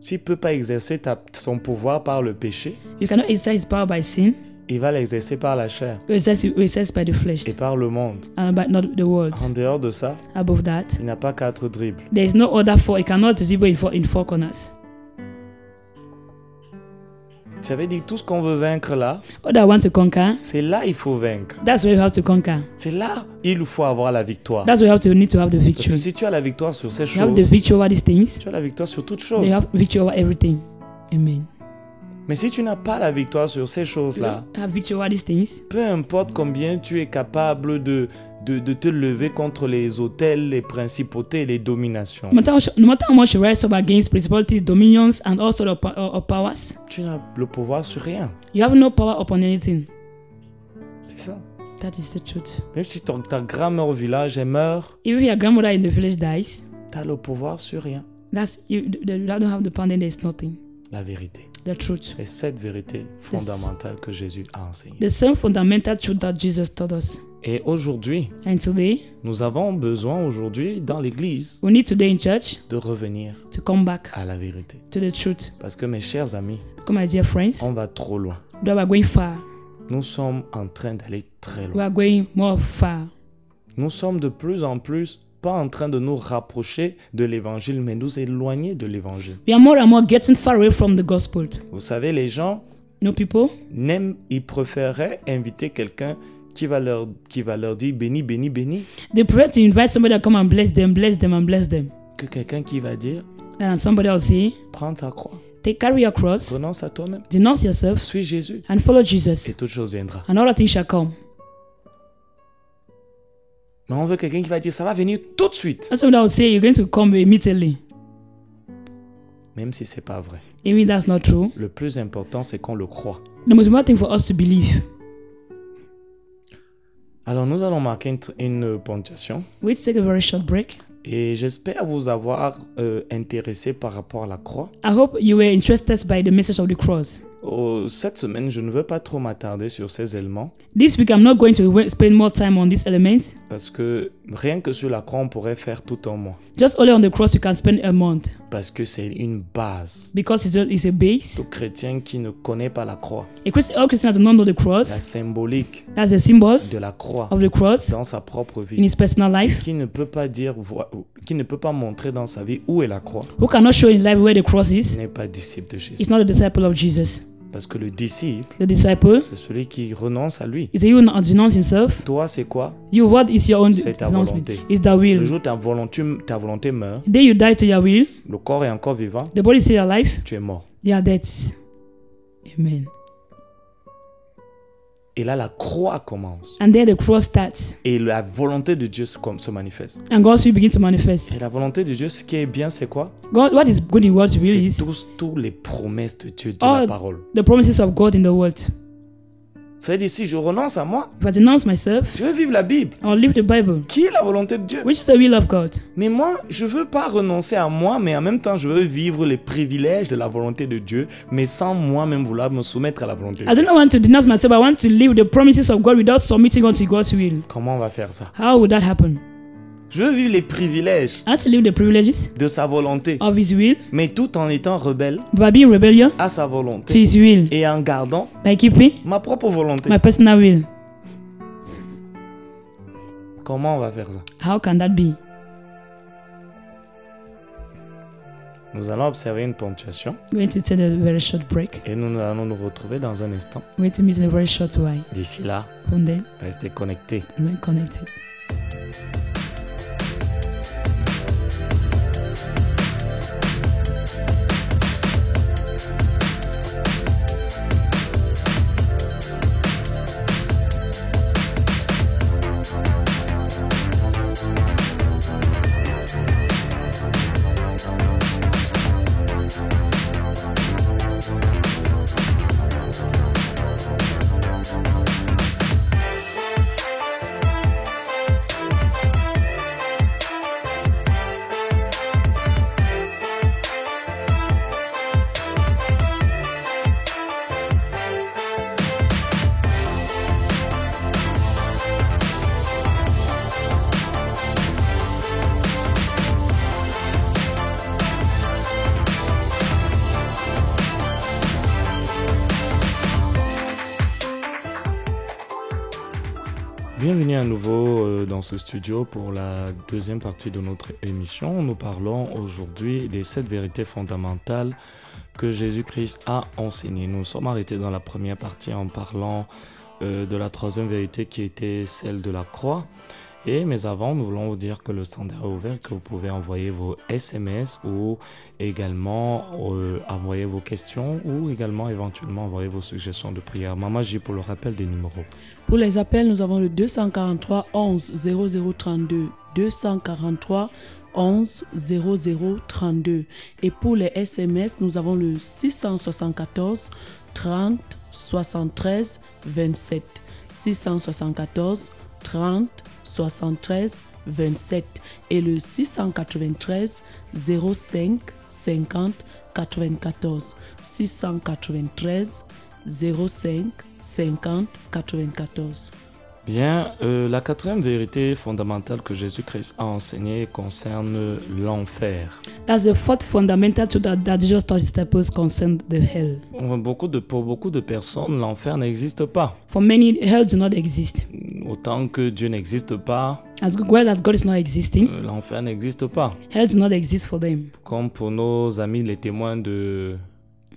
S'il ne peut pas exercer ta- son pouvoir par le péché,
You cannot exercise power by sin.
il va l'exercer par la chair
You exercise, you exercise by the flesh,
et par le monde.
and by not the world.
En dehors de ça,
Above that,
il n'a pas quatre dribbles.
there is no other four. It cannot dribble in four in four corners.
J'avais dit tout ce qu'on veut vaincre là,
All that I want to conquer,
c'est là il faut vaincre.
that's where you have to conquer.
C'est là il faut avoir la victoire.
That's where you have to need to have the
Parce que
victory.
si tu as la victoire sur ces
You have the
choses,
victory over these things.
tu as la victoire sur toutes
You
choses.
have victory over everything. Amen.
Mais si tu n'as pas la victoire sur ces
You
choses-là,
have victory over these things.
peu importe combien tu es capable de, de, de te lever contre les hôtels, les principautés, les dominations,
No matter, how, no matter how much you rise up against principalities, dominions, and all sort of, po- of of powers,
tu n'as le pouvoir sur rien.
you have no power upon anything.
C'est ça.
That is the truth.
Même si ton, ta grand-mère au village, elle meurt,
Even if your grandmother in the village dies,
tu as le pouvoir sur rien.
that's you, the- the- you don't have the power, then there's nothing.
La vérité.
The truth.
C'est cette vérité fondamentale que Jésus a enseignée.
The same fundamental truth that Jesus taught us.
Et aujourd'hui,
And today,
nous avons besoin aujourd'hui dans l'Église
we need today in church
de revenir
to come back
à la vérité.
to the truth.
Parce que mes chers amis,
Because, my dear friends,
on va trop loin.
we are going far.
Nous sommes en train d'aller très
We
loin.
are going more far.
Nous sommes de plus en plus pas en train de nous rapprocher de l'Évangile, mais nous éloigner de l'Évangile.
We are more and more getting far away from the gospel.
Vous savez, les gens
No people,
n'aiment, ils préféraient inviter quelqu'un qui va leur, qui va leur dire béni, béni, béni,
they pray to invite somebody to come and bless them, bless them, and bless them.
que quelqu'un qui va dire
And somebody else say,
prends ta croix,
take carry your cross,
renonce à toi-même,
denounce yourself,
suis Jésus,
and follow
et
Jesus.
toute chose viendra.
And all things shall come.
Mais on veut quelqu'un qui va dire ça va venir tout de suite,
And somebody will say you're going to come immediately.
même si c'est pas vrai.
Even that's not true.
Le plus important, c'est qu'on le croit.
The most important thing for us to believe,
Alors nous allons marquer une, tr- une ponctuation
we take a very short break.
et j'espère vous avoir euh, intéressé par rapport à la croix.
I hope you were interested by the message of the cross.
Oh, cette semaine, je ne veux pas trop m'attarder sur ces éléments
This week, I'm not going to wa- spend more time on these elements.
parce que rien que sur la croix, on pourrait faire tout en mois
Just only on the cross, you can spend a month
parce que c'est une base.
because it's, just, it's a base.
Tout chrétien qui ne connaît pas la croix,
A Christ, all Christians do not know the
la
cross.
symbolique
That's a symbol
de la croix
of the cross
dans sa propre
in
vie,
his personal life.
qui ne peut pas dire, voi- qui ne peut pas montrer dans sa vie où est la croix,
Who cannot show in his life where the cross is?
n'est pas disciple de Jésus.
It's not a disciple of Jesus.
Parce que le disciple,
The disciple
c'est celui qui renonce à lui.
is a you not denounce himself.
Toi, c'est quoi
You what is your own
C'est ta
denouncement?
volonté.
It's the
Le
will.
jour où ta volonté, ta volonté meurt,
The day you die to your will,
le corps est encore vivant,
the body is still alive,
tu es mort.
they are dead. Amen.
Et là, la croix commence.
And then the cross starts.
Et la volonté de Dieu se, com- se manifeste.
And God's will begin to manifest.
Et la volonté de Dieu, ce qui est bien, c'est quoi
God, what is good in God's will
C'est
is
tous, tous les promesses de Dieu, de la
Oh.
parole.
the promises of God in the world.
Ça veut dire, si je renonce à moi,
If I denounce myself
je veux vivre la Bible,
or leave the Bible,
qui est la volonté de Dieu.
which is the will of God.
Mais moi, je veux pas renoncer à moi, mais en même temps, je veux vivre les privilèges de la volonté de Dieu, mais sans moi-même vouloir me soumettre à la volonté de
I do
Dieu.
not want to denounce myself. I want to live the promises of God without submitting unto God's will.
Comment on va faire ça
How would that happen?
Je veux vivre les privilèges
I want to live the privileges
de sa volonté,
of His will
mais tout en étant rebelle
by being rebellion
à sa
to
volonté
His will
et en gardant
by keeping
ma propre volonté.
my personal will.
Comment on va faire ça
How can that be?
Nous allons observer une ponctuation
We're going to take a very short break.
et nous allons nous retrouver dans un instant.
We're going to meet in a very short while.
D'ici là,
From then,
restez connectés.
remain connected.
Bienvenue à nouveau euh, dans ce studio pour la deuxième partie de notre émission. Nous parlons aujourd'hui des sept vérités fondamentales que Jésus-Christ a enseignées. Nous sommes arrêtés dans la première partie en parlant euh, de la troisième vérité qui était celle de la croix. Et mais avant, nous voulons vous dire que le standard est ouvert, que vous pouvez envoyer vos SMS ou également euh, envoyer vos questions ou également éventuellement envoyer vos suggestions de prière. Maman J pour le rappel des numéros.
Pour les appels, nous avons le 243 11 0032, 243 11 0032. Et pour les SMS, nous avons le 674 30 73 27, 674 30 73 27 et le 693 05 50 94 693 05 50 94.
Bien, euh, la quatrième vérité fondamentale que Jésus-Christ a enseignée concerne l'enfer.
That's the fourth fundamental truth that, that Jesus taught his disciples concerned the hell.
On- Beaucoup de, pour beaucoup de personnes, l'enfer n'existe pas.
For many, hell do not exist.
Autant que Dieu n'existe pas,
As well as God is not existing,
euh, l'enfer n'existe pas.
hell do not exist for them.
Comme pour nos amis les témoins de,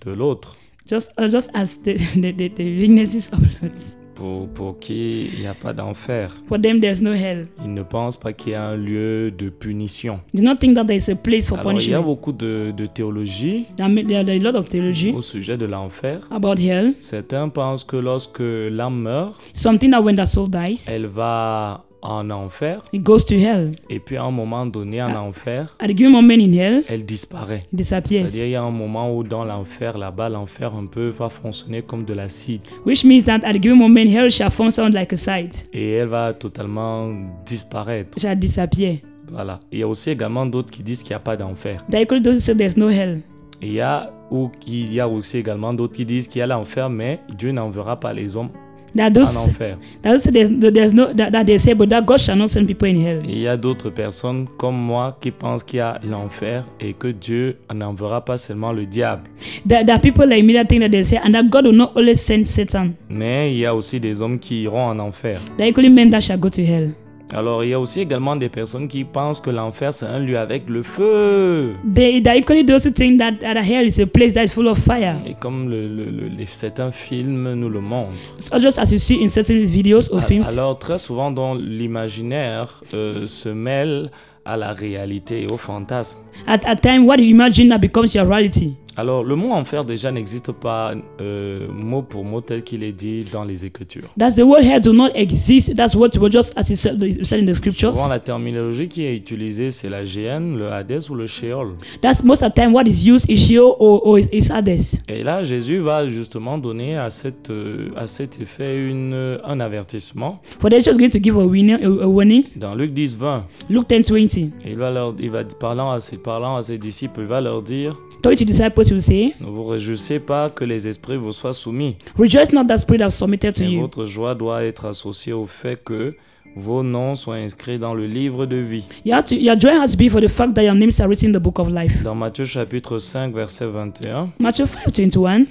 de l'autre,
Just, uh, just as the, the, the, the witnesses of Lord's.
pour, pour qui il n'y a pas d'enfer.
For them, there's no hell.
Ils ne pensent pas qu'il y a un lieu de punition.
Do not think that there is a place for
Alors, il y a
punishment.
beaucoup de, de théologie
There are ma- there are a lot of theology
au sujet de l'enfer.
about hell.
Certains pensent que lorsque l'âme meurt,
Something that when the soul dies,
elle va en enfer
it goes to hell.
et puis à un moment donné en enfer,
At a given moment in hell,
elle disparaît.
it disappears.
C'est-à-dire il y a un moment où dans l'enfer, là-bas, l'enfer un peu va fonctionner comme de l'acide
Which means that at a given moment, hell shall form sound like a side,
et elle va totalement disparaître.
shall disappear.
Voilà. Il y a aussi également d'autres qui disent qu'il n'y a pas d'enfer.
The equally doesn't say there's no hell.
Il y a ou qu'il y a aussi également d'autres qui disent qu'il y a l'enfer, mais Dieu n'enverra pas les hommes
There are
en
those
enfer.
That is, there's, there's no that, that they say, but that God shall not send people in hell.
Et il y a d'autres personnes comme moi qui pensent qu'il y a l'enfer et que Dieu n'enverra pas seulement le diable.
There, there are people like me that think that they say, and that God will not always send Satan.
Mais il y a aussi des hommes qui iront en enfer.
There are equally men that shall go to hell.
Alors il y a aussi également des personnes qui pensent que l'enfer c'est un lieu avec le feu.
There, there are equally those who think that, that hell is a place that is full of fire.
Et comme le, le- le- les- certains films nous le montrent.
So just as you see in certain videos or
A-
films,
Alors très souvent dans l'imaginaire euh, se mêle à la réalité et au fantasme.
At a time, what you imagine that becomes your reality.
Alors, le mot enfer déjà n'existe pas euh, mot pour mot tel qu'il est dit dans les Écritures.
That's the word hell do not exist. That's what was just as it said it said in the scriptures.
Souvent, la terminologie qui est utilisée, c'est la GN, le Hades ou le Sheol.
That's most of the time what is used is Sheol or, or is, is Hades.
Et là, Jésus va justement donner à, cette, euh, à cet effet une, euh, un avertissement
For they're just going to give a warning. A, a warning.
dans Luc 10, 20.
Luke 10 20.
Et il va, leur, il va parlant, à ses, parlant à ses disciples, il va leur dire
Tell to disciples, he will say,
Ne vous réjouissez pas que les esprits vous soient soumis,
Rejoice not that spirit has submitted to
mais
you.
votre joie doit être associée au fait que vos noms soient inscrits dans le livre de vie.
You have to, your joy has to be for the fact that your names are written in the book of life.
Dans Matthieu chapitre 5, verset 21,
Matthew 5 21.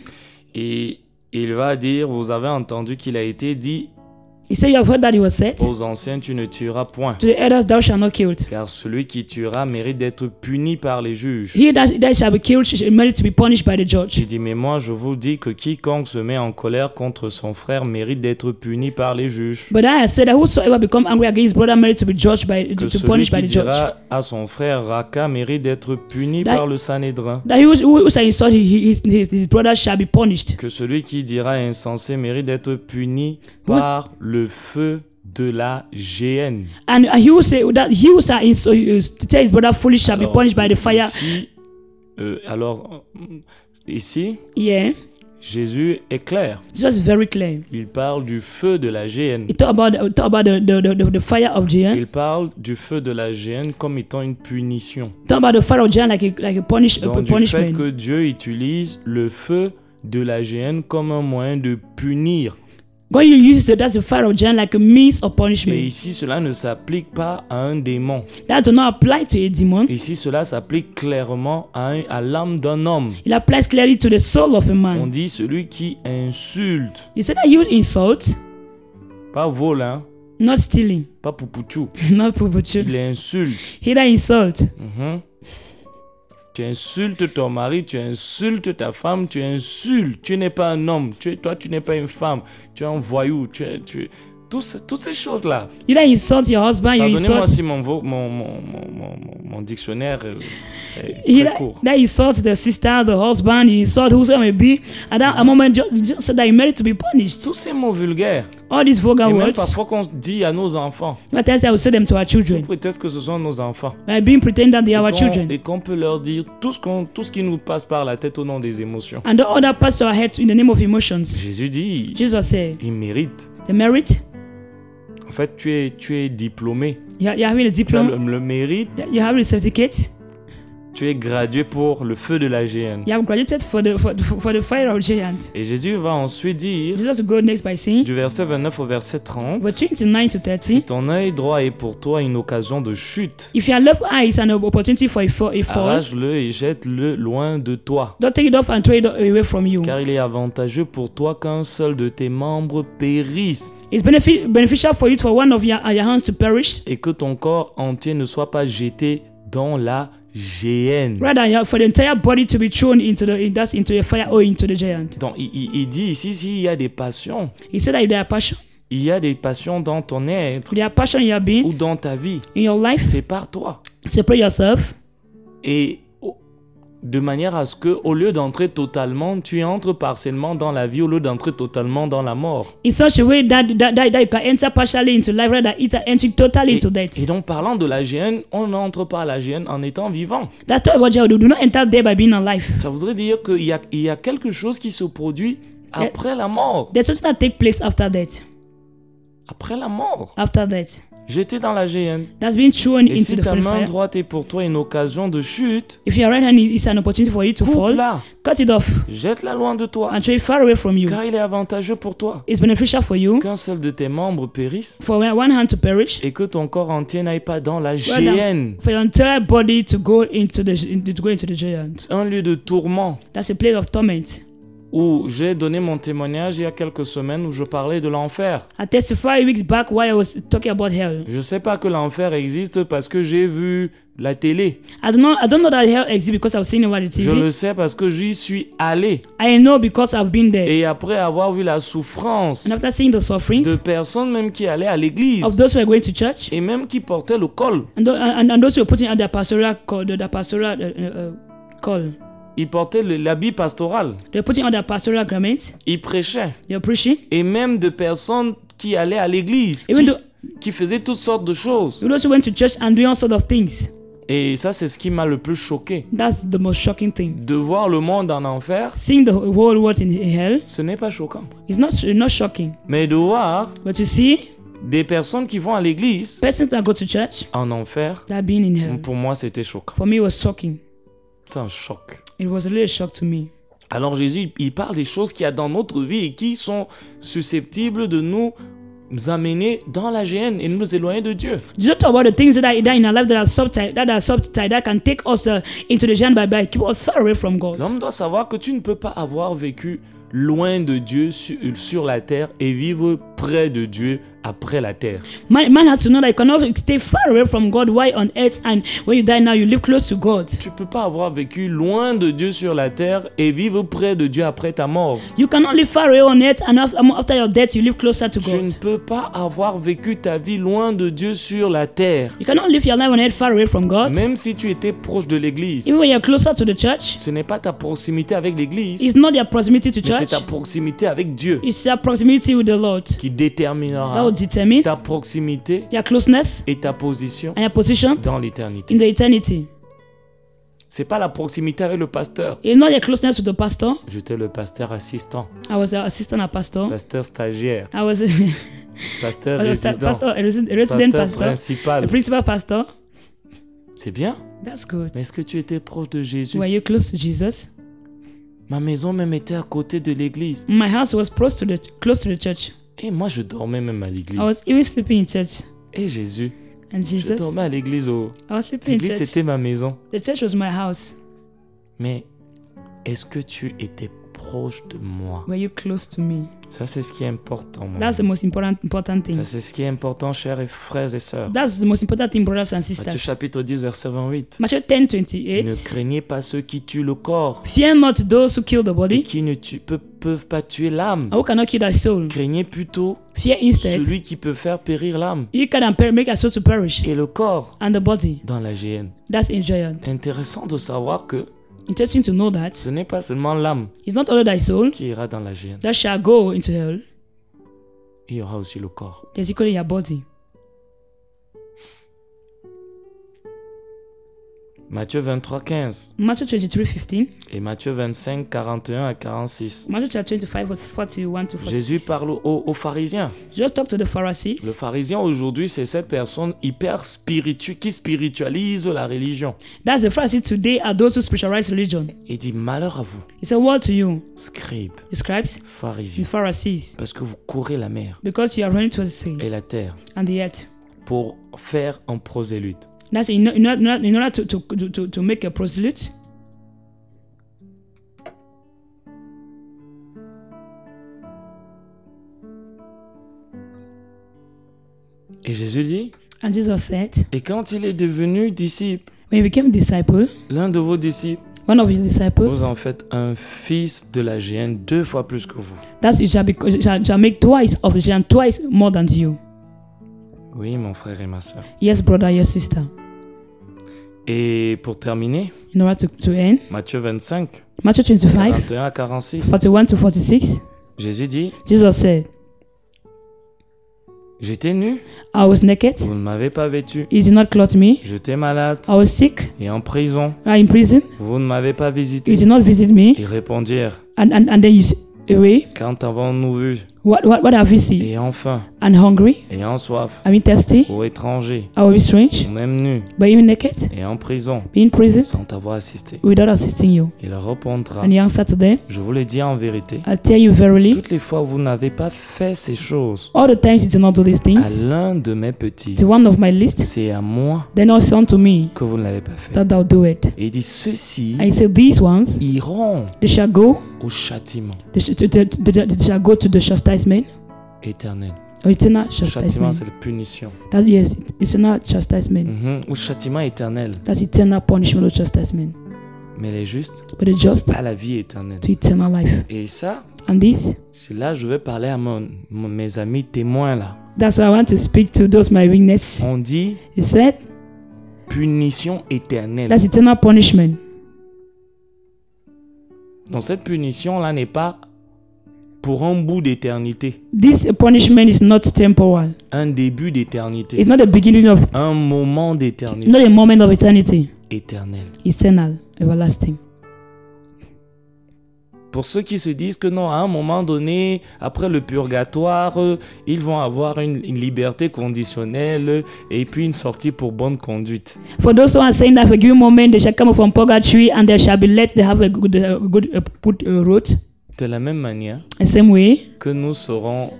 et il va dire Vous avez entendu qu'il a été dit
He said, You have heard that it was said, To
aux anciens, tu ne tueras point.
the elders, thou shalt not kill.
Car celui qui tuera mérite d'être puni par les juges.
He that, that shall be killed shall merit to be punished by the judge.
J'ai dit, mais moi je vous dis que quiconque se met en colère contre son frère mérite d'être puni par les juges.
But I have said that whosoever become angry against his brother merit to be judged by
Que
to, to
celui
punished by
qui
the judge.
dira à son frère Raka mérite d'être puni
That-
par le Sanhédrin.
That he who, who shall insult his, his, his brother shall be punished.
Que celui qui dira insensé mérite d'être puni par le feu de la géhenne.
And he who say that he who shall insult tell his brother foolish shall be
Alors,
punished by the fire.
ici, euh, alors, euh, ici,
Yeah,
Jésus est clair.
it's just very clear.
Il parle du feu de la géhenne.
He talk about he talk about the the, the, the, the fire of Jael.
Il parle du feu de la géhenne comme étant une punition.
Talk about the fire of Jael like a like a punish a
Donc du fait
punishment.
que Dieu utilise le feu de la géhenne comme un moyen de punir.
God uses the, that's the fire of Jael like a means of
Et
punishment.
ici, cela ne s'applique pas à un démon.
That does not apply to a demon.
Ici, cela s'applique clairement à, un- à l'âme d'un homme.
It applies clearly to the soul of a
On
man.
dit celui qui insulte,
He said that you insult,
pas volant,
not stealing,
pas poupouchou.
not provoking.
Il insulte.
He that insult.
Mhm. Tu insultes ton mari, tu insultes ta femme, tu insultes. Tu n'es pas un homme. Tu es, toi, tu n'es pas une femme. Tu es un voyou. Tu es, tu es- Tous ces- toutes ces choses-là.
You that insult your husband, you
Pardonnez-moi
insult.
si mon, vo- mon, mon, mon, mon- mon- mon dictionnaire euh, est
He
très
that,
court.
that insult the sister, the husband, he insult whosoever may be. At that moment, just, just said that he merit to be punished.
Tous ces mots vulgaires,
All these vulgar
et même
words,
parfois qu'on dit à nos enfants,
what else I will say them to our
on
children.
prétexte que ce sont nos enfants.
By being pretended that they are our
et qu'on-
children.
et qu'on peut leur dire tout ce, qu'on- tout ce qui nous passe par la tête au nom des émotions.
And the other parts our head in the name of emotions.
Jésus dit,
Jesus said,
il mérite.
the merit,
En fait, tu es, tu es diplômé.
you are, you are having a
Tu as le,
diploma,
le mérite.
you have a certificate,
Tu es gradué pour le feu de la GN.
you have graduated for the, for, for, for the fire of giant.
Et Jésus va ensuite dire,
Jesus go next by saying,
du verset 29 au verset 30,
verse 29 to
si
30,
ton œil droit est pour toi une occasion de chute,
if your left eye is an opportunity for a fall, a fall
Arrache-le et jette-le loin de toi,
don't take it off and throw it away from you.
car il est avantageux pour toi qu'un seul de tes membres périsse
It's benefi- beneficial for you for one of your, your hands to perish
et que ton corps entier ne soit pas jeté dans la géhenne.
rather than your- for the entire body to be thrown into the in, that's into a fire or into the giant.
Donc, il, il- il dit ici s'il y a des passions,
He said that if there are passion,
il y a des passions dans ton être
if there are passion in your being,
ou dans ta vie,
in your life,
sépare-toi.
separate yourself
Et au- de manière à ce que, au lieu d'entrer totalement, tu entres partiellement dans la vie, au lieu d'entrer totalement dans la mort.
in such a way that that, that, that you can enter partially into life rather than enter- entering totally into
Et
death.
donc, parlant de la géhenne, on n'entre pas à la géhenne en étant vivant.
That's why what you do. Do not enter there by being alive.
Ça voudrait dire qu'il y a, il y a quelque chose qui se produit après la mort.
There's something that take place after death.
Après la mort.
After death.
J'étais dans la GN.
That's being thrown
Et
into
si
the
ta
fire.
main
fire.
droite est pour toi une occasion de chute,
If your right hand is an opportunity for you to fall,
coupe-la.
cut it off
Jette-la loin de toi.
and throw it far away from you.
Car il est avantageux pour toi
It's beneficial for you
qu'un seul de tes membres périsse
for when one hand to perish,
et que ton corps entier n'aille pas dans la
rather than
GN.
for your entire body to go into the to go into the giant.
Un lieu de tourment.
That's a place of torment.
où j'ai donné mon témoignage il y a quelques semaines où je parlais de l'enfer.
I testified weeks back while I was talking about hell.
Je sais pas que l'enfer existe parce que j'ai vu la télé.
I don't know. I don't know that hell exists because I've seen it on the
Je
TV.
le sais parce que j'y suis allé.
I know because I've been there.
Et après avoir vu la souffrance
And after seeing the sufferings
de personnes même qui allaient à
of
l'église
those who are going to church
et même qui portaient le col,
and, tho- and, and those who are putting out their pastoral call, their, their pastoral uh, uh, uh, call,
ils portaient le- l'habit pastoral,
they're putting out their pastoral garment.
ils prêchaient.
They're preaching.
Et même de personnes qui allaient à l'église,
Even
qui,
though
qui faisaient toutes sortes de choses.
those who went to church and doing all sort of things.
Et ça, c'est ce qui m'a le plus choqué.
That's the most shocking thing.
De voir le monde en enfer,
Seeing the whole world in hell
ce n'est pas choquant.
is not not shocking,
Mais de voir
but you see,
des personnes qui vont à l'église
persons that go to church
en enfer,
that being in hell
pour moi, c'était choquant.
for me it was shocking.
C'est un choc.
It was really a shock to me.
Alors Jésus, il parle des choses qu'il y a dans notre vie et qui sont susceptibles de nous amener dans la gêne et nous éloigner de Dieu.
Jesus talk about the things that are that in our life that are subtitled that are subtitled that can take us uh, into the giant by by keep us far away from God.
L'homme doit savoir que tu ne peux pas avoir vécu loin de Dieu sur, sur la terre et vivre près de Dieu après la terre.
Man, man has to know that you cannot stay far away from God while on earth, and when you die now, you live close to God.
Tu ne peux pas avoir vécu loin de Dieu sur la terre et vivre près de Dieu après ta mort.
You cannot live far away on earth, and af- um, after your death, you live closer to
Tu ne
God.
peux pas avoir vécu ta vie loin de Dieu sur la terre.
You cannot live your life on earth far away from God.
Même si tu étais proche de l'église,
Even when you're closer to the church,
ce n'est pas ta proximité avec l'église,
it's not your proximity to
mais c'est
church,
ta proximité avec Dieu
it's your proximity with the Lord
qui
that
déterminera
will determine
ta proximité
your closeness
et ta position
and your position
dans
in
l'éternité.
the eternity.
C'est pas la proximité avec le pasteur.
It's not your closeness with the pastor.
J'étais le pasteur assistant,
I was an assistant at pastor.
pasteur stagiaire,
I was a,
pasteur
I was a,
résident,
pastor, a resident, a resident
pasteur
pastor, a
principal.
principal pastor.
C'est bien,
That's good.
mais est-ce que tu étais proche de Jésus
Were you close to Jesus?
Ma maison même était à côté de l'église.
My house was close to the close to the church.
Et moi, je dormais même à l'église.
I was even sleeping in church.
Et Ah Jésus,
And
je
Jesus,
dormais à l'église. au-
I was sleeping in
L'église,
church.
c'était ma maison.
The church was my house.
Mais est-ce que tu étais proche de moi
Were you close to me?
Ça, c'est ce qui est important. mon
That's the
ami.
most important important
Ça,
thing.
c'est ce qui est important, chers et frères et sœurs.
That's the most important thing, brothers and
Matthieu
sisters.
chapitre 10, verset 28.
Matthew 10
Ne
28.
craignez pas ceux qui tuent le corps
Fear not those who kill the
et
body,
qui ne tuent- pe- peuvent pas tuer
and
l'âme.
who cannot kill their soul.
Craignez plutôt
Fear instead,
celui qui peut faire périr l'âme
he can per- make a soul to perish,
et le corps
and the body.
dans la GN.
That's injured.
Intéressant de savoir que
Interesting to know that
ce n'est pas seulement l'âme
it's not only thy soul
qui ira dans la GN,
that shall go into hell,
il y aura aussi le corps.
there's equally your body.
Matthieu 23, 15
Matthew 23 15,
et Matthieu 25, 41 à 46.
Matthew chapter 25, verse 41 to 46.
Jésus parle aux, aux pharisiens.
Just talk to the Pharisees.
Le pharisien aujourd'hui, c'est cette personne hyper spirituelle qui spiritualise la religion.
That's the Pharisees today are those who specialize religion.
Il dit Malheur à vous,
It's a word to you,
scribes,
the scribes
pharisiens,
and Pharisees,
parce que vous courez la mer
because you are running towards the sea
et la terre
and the earth.
pour faire un prosélyte.
That's in, in, in, in order to, to, to- to, to make a proselyte.
Et Jésus dit
And Jesus said,
Et quand il est devenu disciple,
when he became a disciple,
l'un de vos disciples,
one of his
vous
disciples,
en faites un fils de la géhenne deux fois plus que vous.
that's it shall, be, shall, shall make twice of the giant, twice more than you.
Oui, mon frère et ma soeur.
Yes, brother, yes, sister.
Et pour terminer,
In order to, to end,
Matthieu 25,
Matthew 25,
41 à 46,
41 to 46,
Jésus dit
Jesus said,
J'étais nu,
I was naked,
vous ne m'avez pas vêtu.
you did not clothe me.
J'étais malade
I was sick,
et en prison,
I in prison,
vous ne m'avez pas
you
visité.
did not visit me.
Ils répondirent
And, and, and then you s- away.
Quand avons-nous vu
What, what, what have you seen?
et en faim,
And hungry?
et en soif,
Are we thirsty?
ou étranger,
Are we strange?
même nu,
But even naked?
et en prison,
Be in prison?
sans t'avoir assisté.
Without assisting you?
Il répondra,
And he answered to them,
je vous le dis en vérité,
I tell you verily,
toutes les fois où vous n'avez pas fait ces choses
all the times you do not do these
à
things,
l'un de mes petits,
to one of my list,
c'est à moi
then also unto me
que vous ne l'avez pas fait.
that thou do it.
Et il dit, ceux-ci
And he said, These ones,
iront
they shall go,
au châtiment
they shall, they- they- they shall go to the chastisement,
éternel.
or eternal
Le châtiment,
chastisement.
c'est la punition.
That yes, eternal chastisement.
Mhm, Au châtiment éternel.
That's eternal punishment or chastisement.
Mais les justes
But the just
à la vie éternelle.
to eternal life.
Et ça,
And this,
c'est là, je vais parler à mon, mon- mes amis témoins là.
that's why I want to speak to those my weakness.
On dit
He said,
punition éternelle.
That's eternal punishment.
Donc cette punition là n'est pas pour un bout d'éternité,
This punishment is not temporal.
un début d'éternité,
It's not the beginning of,
un moment d'éternité
not a moment of eternity.
éternel.
Eternal, everlasting.
Pour ceux qui se disent que non, à un moment donné, après le purgatoire, euh, ils vont avoir une, une liberté conditionnelle euh, et puis une sortie pour bonne conduite.
For those who are saying that for a given moment they shall come from purgatory and they shall be let, they have a good, a good uh, good uh, road.
De la même manière
The same way
que nous serons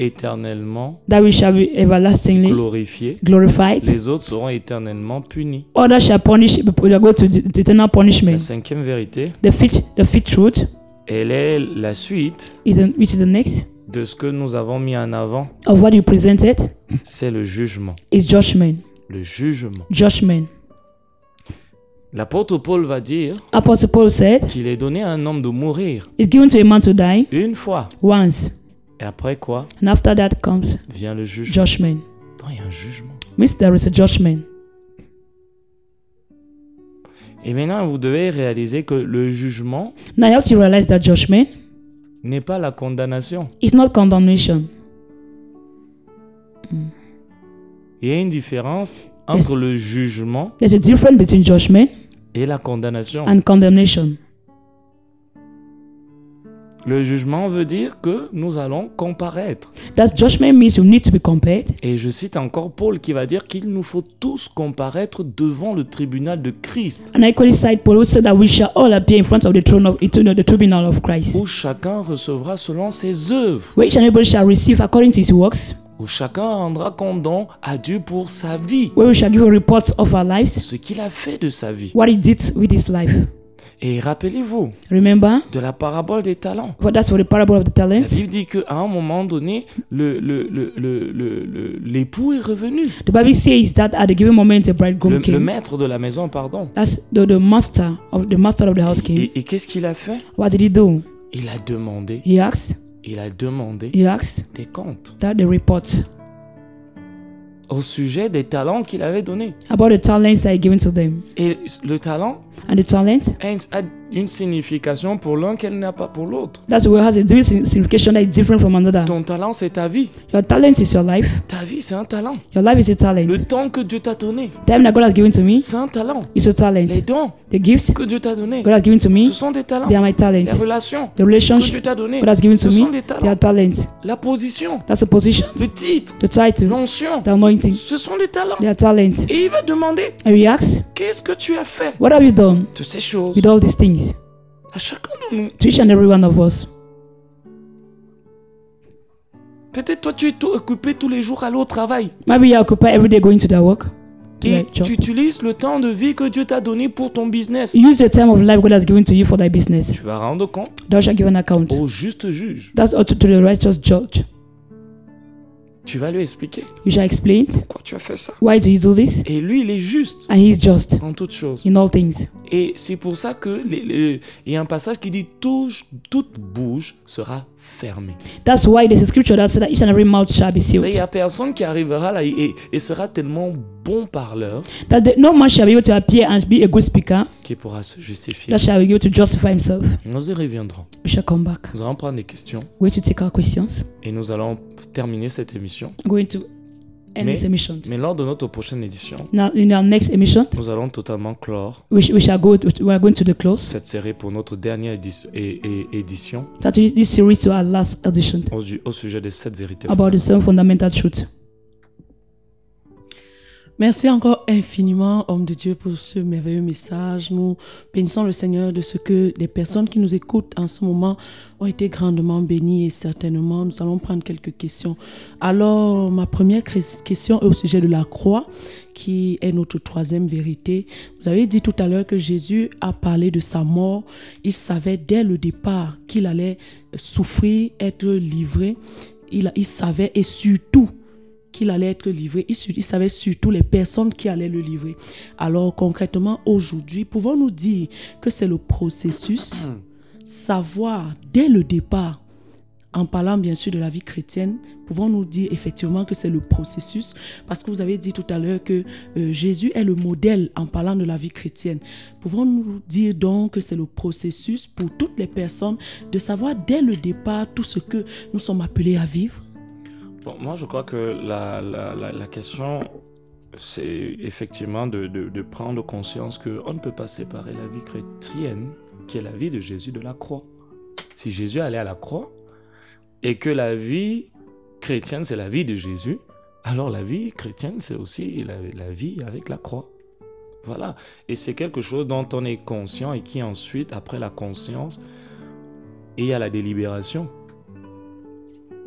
éternellement
that we shall be everlastingly
glorifiés,
glorified.
les autres seront éternellement punis.
Others shall punish, shall go to the- the eternal
La
punishment.
cinquième vérité,
The fifth, the fifth truth
elle est la suite
is the, which is the next
de ce que nous avons mis en avant,
of what you presented
c'est le jugement.
is judgment.
Le jugement.
Judgment.
L'apôtre Paul va dire
Apostle Paul said,
qu'il est donné à un homme de mourir
"It's given to a man to die
une fois.
once,
Et après quoi
and after that comes
vient le jugement.
judgment."
Attends, il y a un jugement.
Means there is a judgment.
Et maintenant, vous devez réaliser que le jugement
Now you have to realize that judgment
n'est pas la condamnation.
is not condemnation.
Il y a une différence entre le jugement
There's a difference between judgment
et la condamnation.
and condemnation.
Le jugement veut dire que nous allons comparaître.
That judgment means you need to be compared.
Et je cite encore Paul qui va dire qu'il nous faut tous comparaître devant le tribunal de Christ,
And I equally cite Paul who said that we shall all appear in front of the throne of into the tribunal of Christ.
où chacun recevra selon ses œuvres,
Where each and everybody shall receive according to his works,
où chacun rendra compte donc à Dieu pour sa vie,
where we shall give a report of our lives,
ce qu'il a fait de sa vie.
what he did with his life.
Et rappelez-vous
Remember?
de la parabole des talents.
For that's for the parable of the
La
talents.
Bible dit qu'à un moment donné, le- le- le- le- le- le- l'époux est revenu.
The Bible says that at a given moment the
Le,
bridegroom
le
came.
maître de la maison, pardon.
That's the, the master of the master of the house came.
Et, et qu'est-ce qu'il a fait
What did he do?
Il a demandé,
He asked.
il a demandé
He asked
des comptes
that the report
au sujet des talents qu'il avait donnés.
about the talents that he given to them.
Et le talent
And the talent
a une- a une signification pour l'un qu'elle n'a pas pour l'autre.
That's where it has a different signification that is different from another.
Ton talent, c'est ta vie.
Your talent is your life.
Ta vie, c'est un talent.
Your life is a
Le
talent.
temps que Dieu t'a donné,
Time that God has given to me
c'est un talent.
is a
Les
talent.
dons
The gifts
que Dieu t'a donnés,
God has given to
ce
me,
sont des talents.
they are my
Les
talent.
relations
The
que Dieu
relationship
t'a données,
God has given to
ce sont
me,
des
they are
talents.
talent.
La position,
That's the position,
le titre,
the title,
l'onction,
the anointing.
ce sont des talents.
They are talent.
Et il va demander,
And we ask,
qu'est-ce que tu as fait
what have you done
de ces choses
with all these things?
À chacun de nous.
To each and every one of us.
Peut-être toi, tu es tout occupé tous les jours à aller au travail.
Maybe you are occupied every day going to their work, to their
Et
job.
tu utilises le temps de vie que Dieu t'a donné pour ton business.
Use the time of life God has given to you for thy business.
Tu vas rendre compte
Thou shalt give an account.
au juste juge.
That's all to, to the righteous judge.
Tu vas lui expliquer
You shall explain it.
pourquoi tu as fait ça.
Why do you do this?
Et lui, il est juste
and he is just
en toutes choses.
in all things.
Et c'est pour ça que les- les- il y a un passage qui dit Touche- toute bouche sera fermée.
That's why there's a scripture that says that each and every mouth shall be
Ça, Il n'y
sealed.
a personne qui arrivera là et, et sera tellement bon parleur
That the, no man shall be able to appear and be a good speaker,
qu'il pourra se justifier.
that shall be able to justify himself.
Nous y reviendrons.
We shall come back.
Nous allons prendre des questions
We're going to take our questions.
et nous allons terminer cette émission
I'm going to end
Mais-
this emission.
Mais lors de notre prochaine édition,
Now, in our next emission,
nous allons totalement clore
we, sh- we shall go. To, we are going to the close.
cette série pour notre dernière édi- é- é- édition
That is this series to our last edition
au, au sujet des sept vérités.
about the seven fundamental truths.
Merci encore infiniment, homme de Dieu, pour ce merveilleux message. Nous bénissons le Seigneur de ce que des personnes qui nous écoutent en ce moment ont été grandement bénies et certainement nous allons prendre quelques questions. Alors, ma première cres- question est au sujet de la croix, qui est notre troisième vérité. Vous avez dit tout à l'heure que Jésus a parlé de sa mort. Il savait dès le départ qu'il allait souffrir, être livré. Il, il savait et surtout, qu'il allait être livré. Il, su- il savait surtout les personnes qui allaient le livrer. Alors concrètement, aujourd'hui, pouvons-nous dire que c'est le processus, savoir dès le départ, en parlant bien sûr de la vie chrétienne, pouvons-nous dire effectivement que c'est le processus Parce que vous avez dit tout à l'heure que euh, Jésus est le modèle en parlant de la vie chrétienne. Pouvons-nous dire donc que c'est le processus pour toutes les personnes de savoir dès le départ tout ce que nous sommes appelés à vivre
Bon, moi, je crois que la, la, la, la question, c'est effectivement de, de, de prendre conscience qu'on ne peut pas séparer la vie chrétienne, qui est la vie de Jésus, de la croix. Si Jésus allait à la croix, et que la vie chrétienne, c'est la vie de Jésus, alors la vie chrétienne, c'est aussi la, la vie avec la croix. Voilà. Et c'est quelque chose dont on est conscient et qui ensuite, après la conscience, il y a la délibération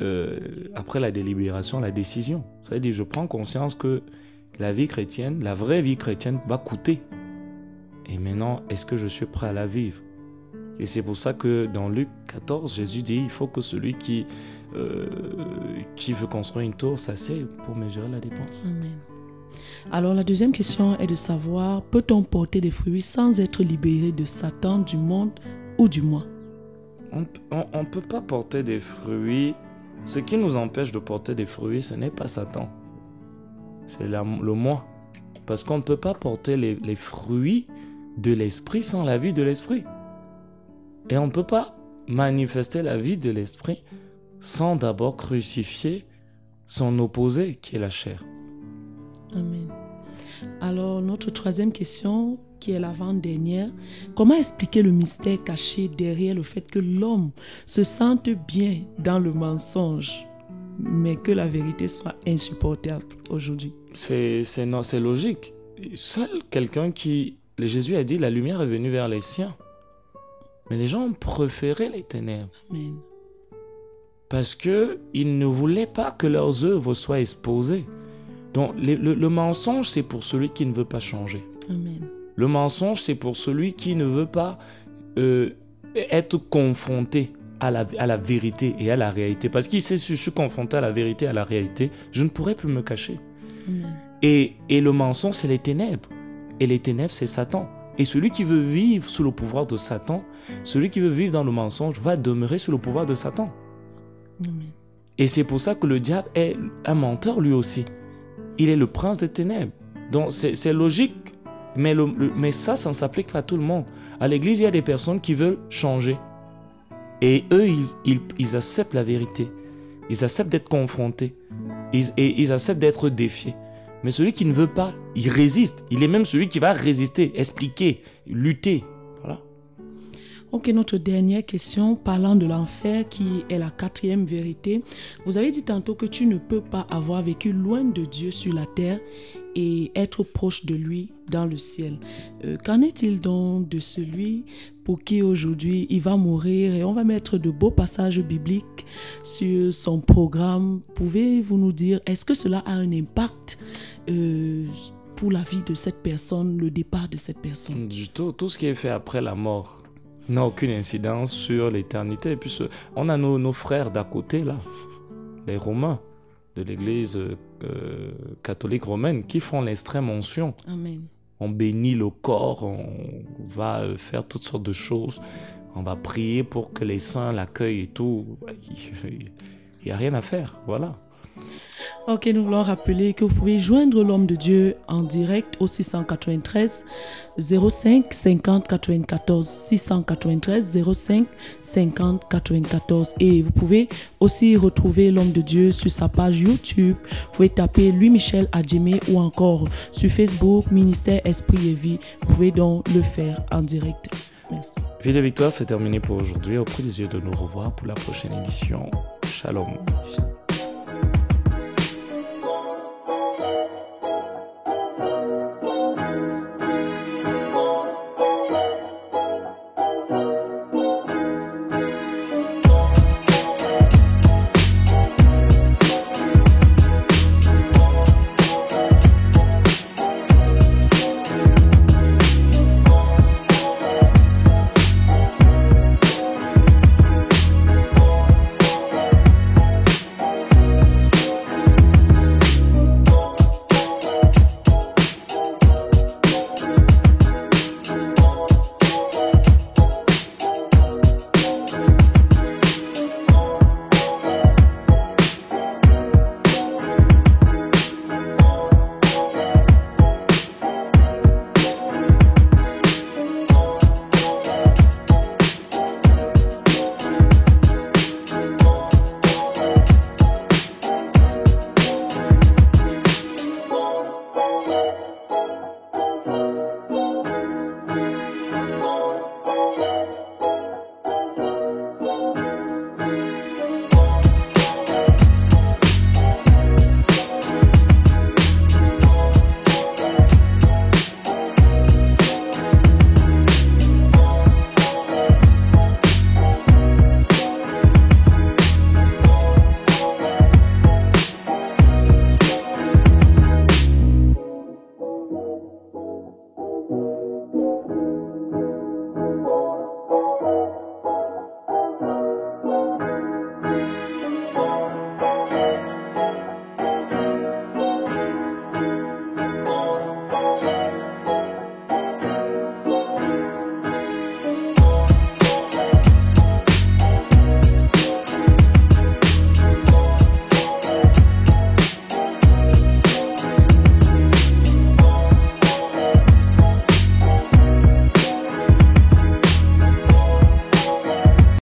euh, après la délibération, la décision. C'est-à-dire, je prends conscience que la vie chrétienne, la vraie vie chrétienne va coûter. Et maintenant, est-ce que je suis prêt à la vivre Et c'est pour ça que dans Luc 14, Jésus dit, il faut que celui qui, euh, qui veut construire une tour s'assied pour mesurer la dépense.
Amen. Alors la deuxième question est de savoir, peut-on porter des fruits sans être libéré de Satan, du monde ou du moi
On ne peut pas porter des fruits. Ce qui nous empêche de porter des fruits, ce n'est pas Satan. C'est la- le moi. Parce qu'on ne peut pas porter les, les fruits de l'esprit sans la vie de l'esprit. Et on ne peut pas manifester la vie de l'esprit sans d'abord crucifier son opposé qui est la chair.
Amen. Alors notre troisième question, qui est l'avant-dernière, comment expliquer le mystère caché derrière le fait que l'homme se sente bien dans le mensonge, mais que la vérité soit insupportable aujourd'hui
C'est c'est no- c'est logique. Seul quelqu'un qui... Jésus a dit la lumière est venue vers les siens. Mais les gens ont préféré les ténèbres.
Amen.
parce que ils ne voulaient pas que leurs œuvres soient exposées. Donc le, le- le mensonge, c'est pour celui qui ne veut pas changer.
Amen.
Le mensonge, c'est pour celui qui ne veut pas euh, être confronté à la, à la vérité et à la réalité. Parce qu'il sait si je suis confronté à la vérité, à la réalité, je ne pourrai plus me cacher.
Amen.
Et, et le mensonge, c'est les ténèbres. Et les ténèbres, c'est Satan. Et celui qui veut vivre sous le pouvoir de Satan, celui qui veut vivre dans le mensonge, va demeurer sous le pouvoir de Satan.
Amen.
Et c'est pour ça que le diable est un menteur lui aussi. Il est le prince des ténèbres. Donc c'est c'est logique, mais, le- le- mais ça, ça ne s'applique pas à tout le monde. À l'église, il y a des personnes qui veulent changer. Et eux, ils, ils- ils acceptent la vérité. Ils acceptent d'être confrontés. Ils- et ils acceptent d'être défiés. Mais celui qui ne veut pas, il résiste. Il est même celui qui va résister, expliquer, lutter. Voilà.
Ok, notre dernière question, parlant de l'enfer, qui est la quatrième vérité. Vous avez dit tantôt que tu ne peux pas avoir vécu loin de Dieu sur la terre et être proche de lui dans le ciel. Euh, Qu'en est-il donc de celui pour qui aujourd'hui il va mourir et on va mettre de beaux passages bibliques sur son programme Pouvez-vous nous dire, est-ce que cela a un impact euh, pour la vie de cette personne, le départ de cette personne
Du tout, tout ce qui est fait après la mort n'a aucune incidence sur l'éternité. Et puis, ce- on a nos, nos frères d'à côté, là, les Romains de l'Église euh, euh, catholique romaine, qui font l'extrême onction.
Amen.
On bénit le corps, on va euh, faire toutes sortes de choses, on va prier pour que les saints l'accueillent et tout. Il n'y a rien à faire, voilà.
Ok, nous voulons rappeler que vous pouvez joindre l'homme de Dieu en direct au 693 05 50 94 693 05 50 94 et vous pouvez aussi retrouver l'homme de Dieu sur sa page YouTube. Vous pouvez taper lui Michel Adjemé ou encore sur Facebook Ministère Esprit et Vie. Vous pouvez donc le faire en direct. Merci.
Vie de Victoire, c'est terminé pour aujourd'hui. Au plaisir de nous revoir pour la prochaine édition. Shalom.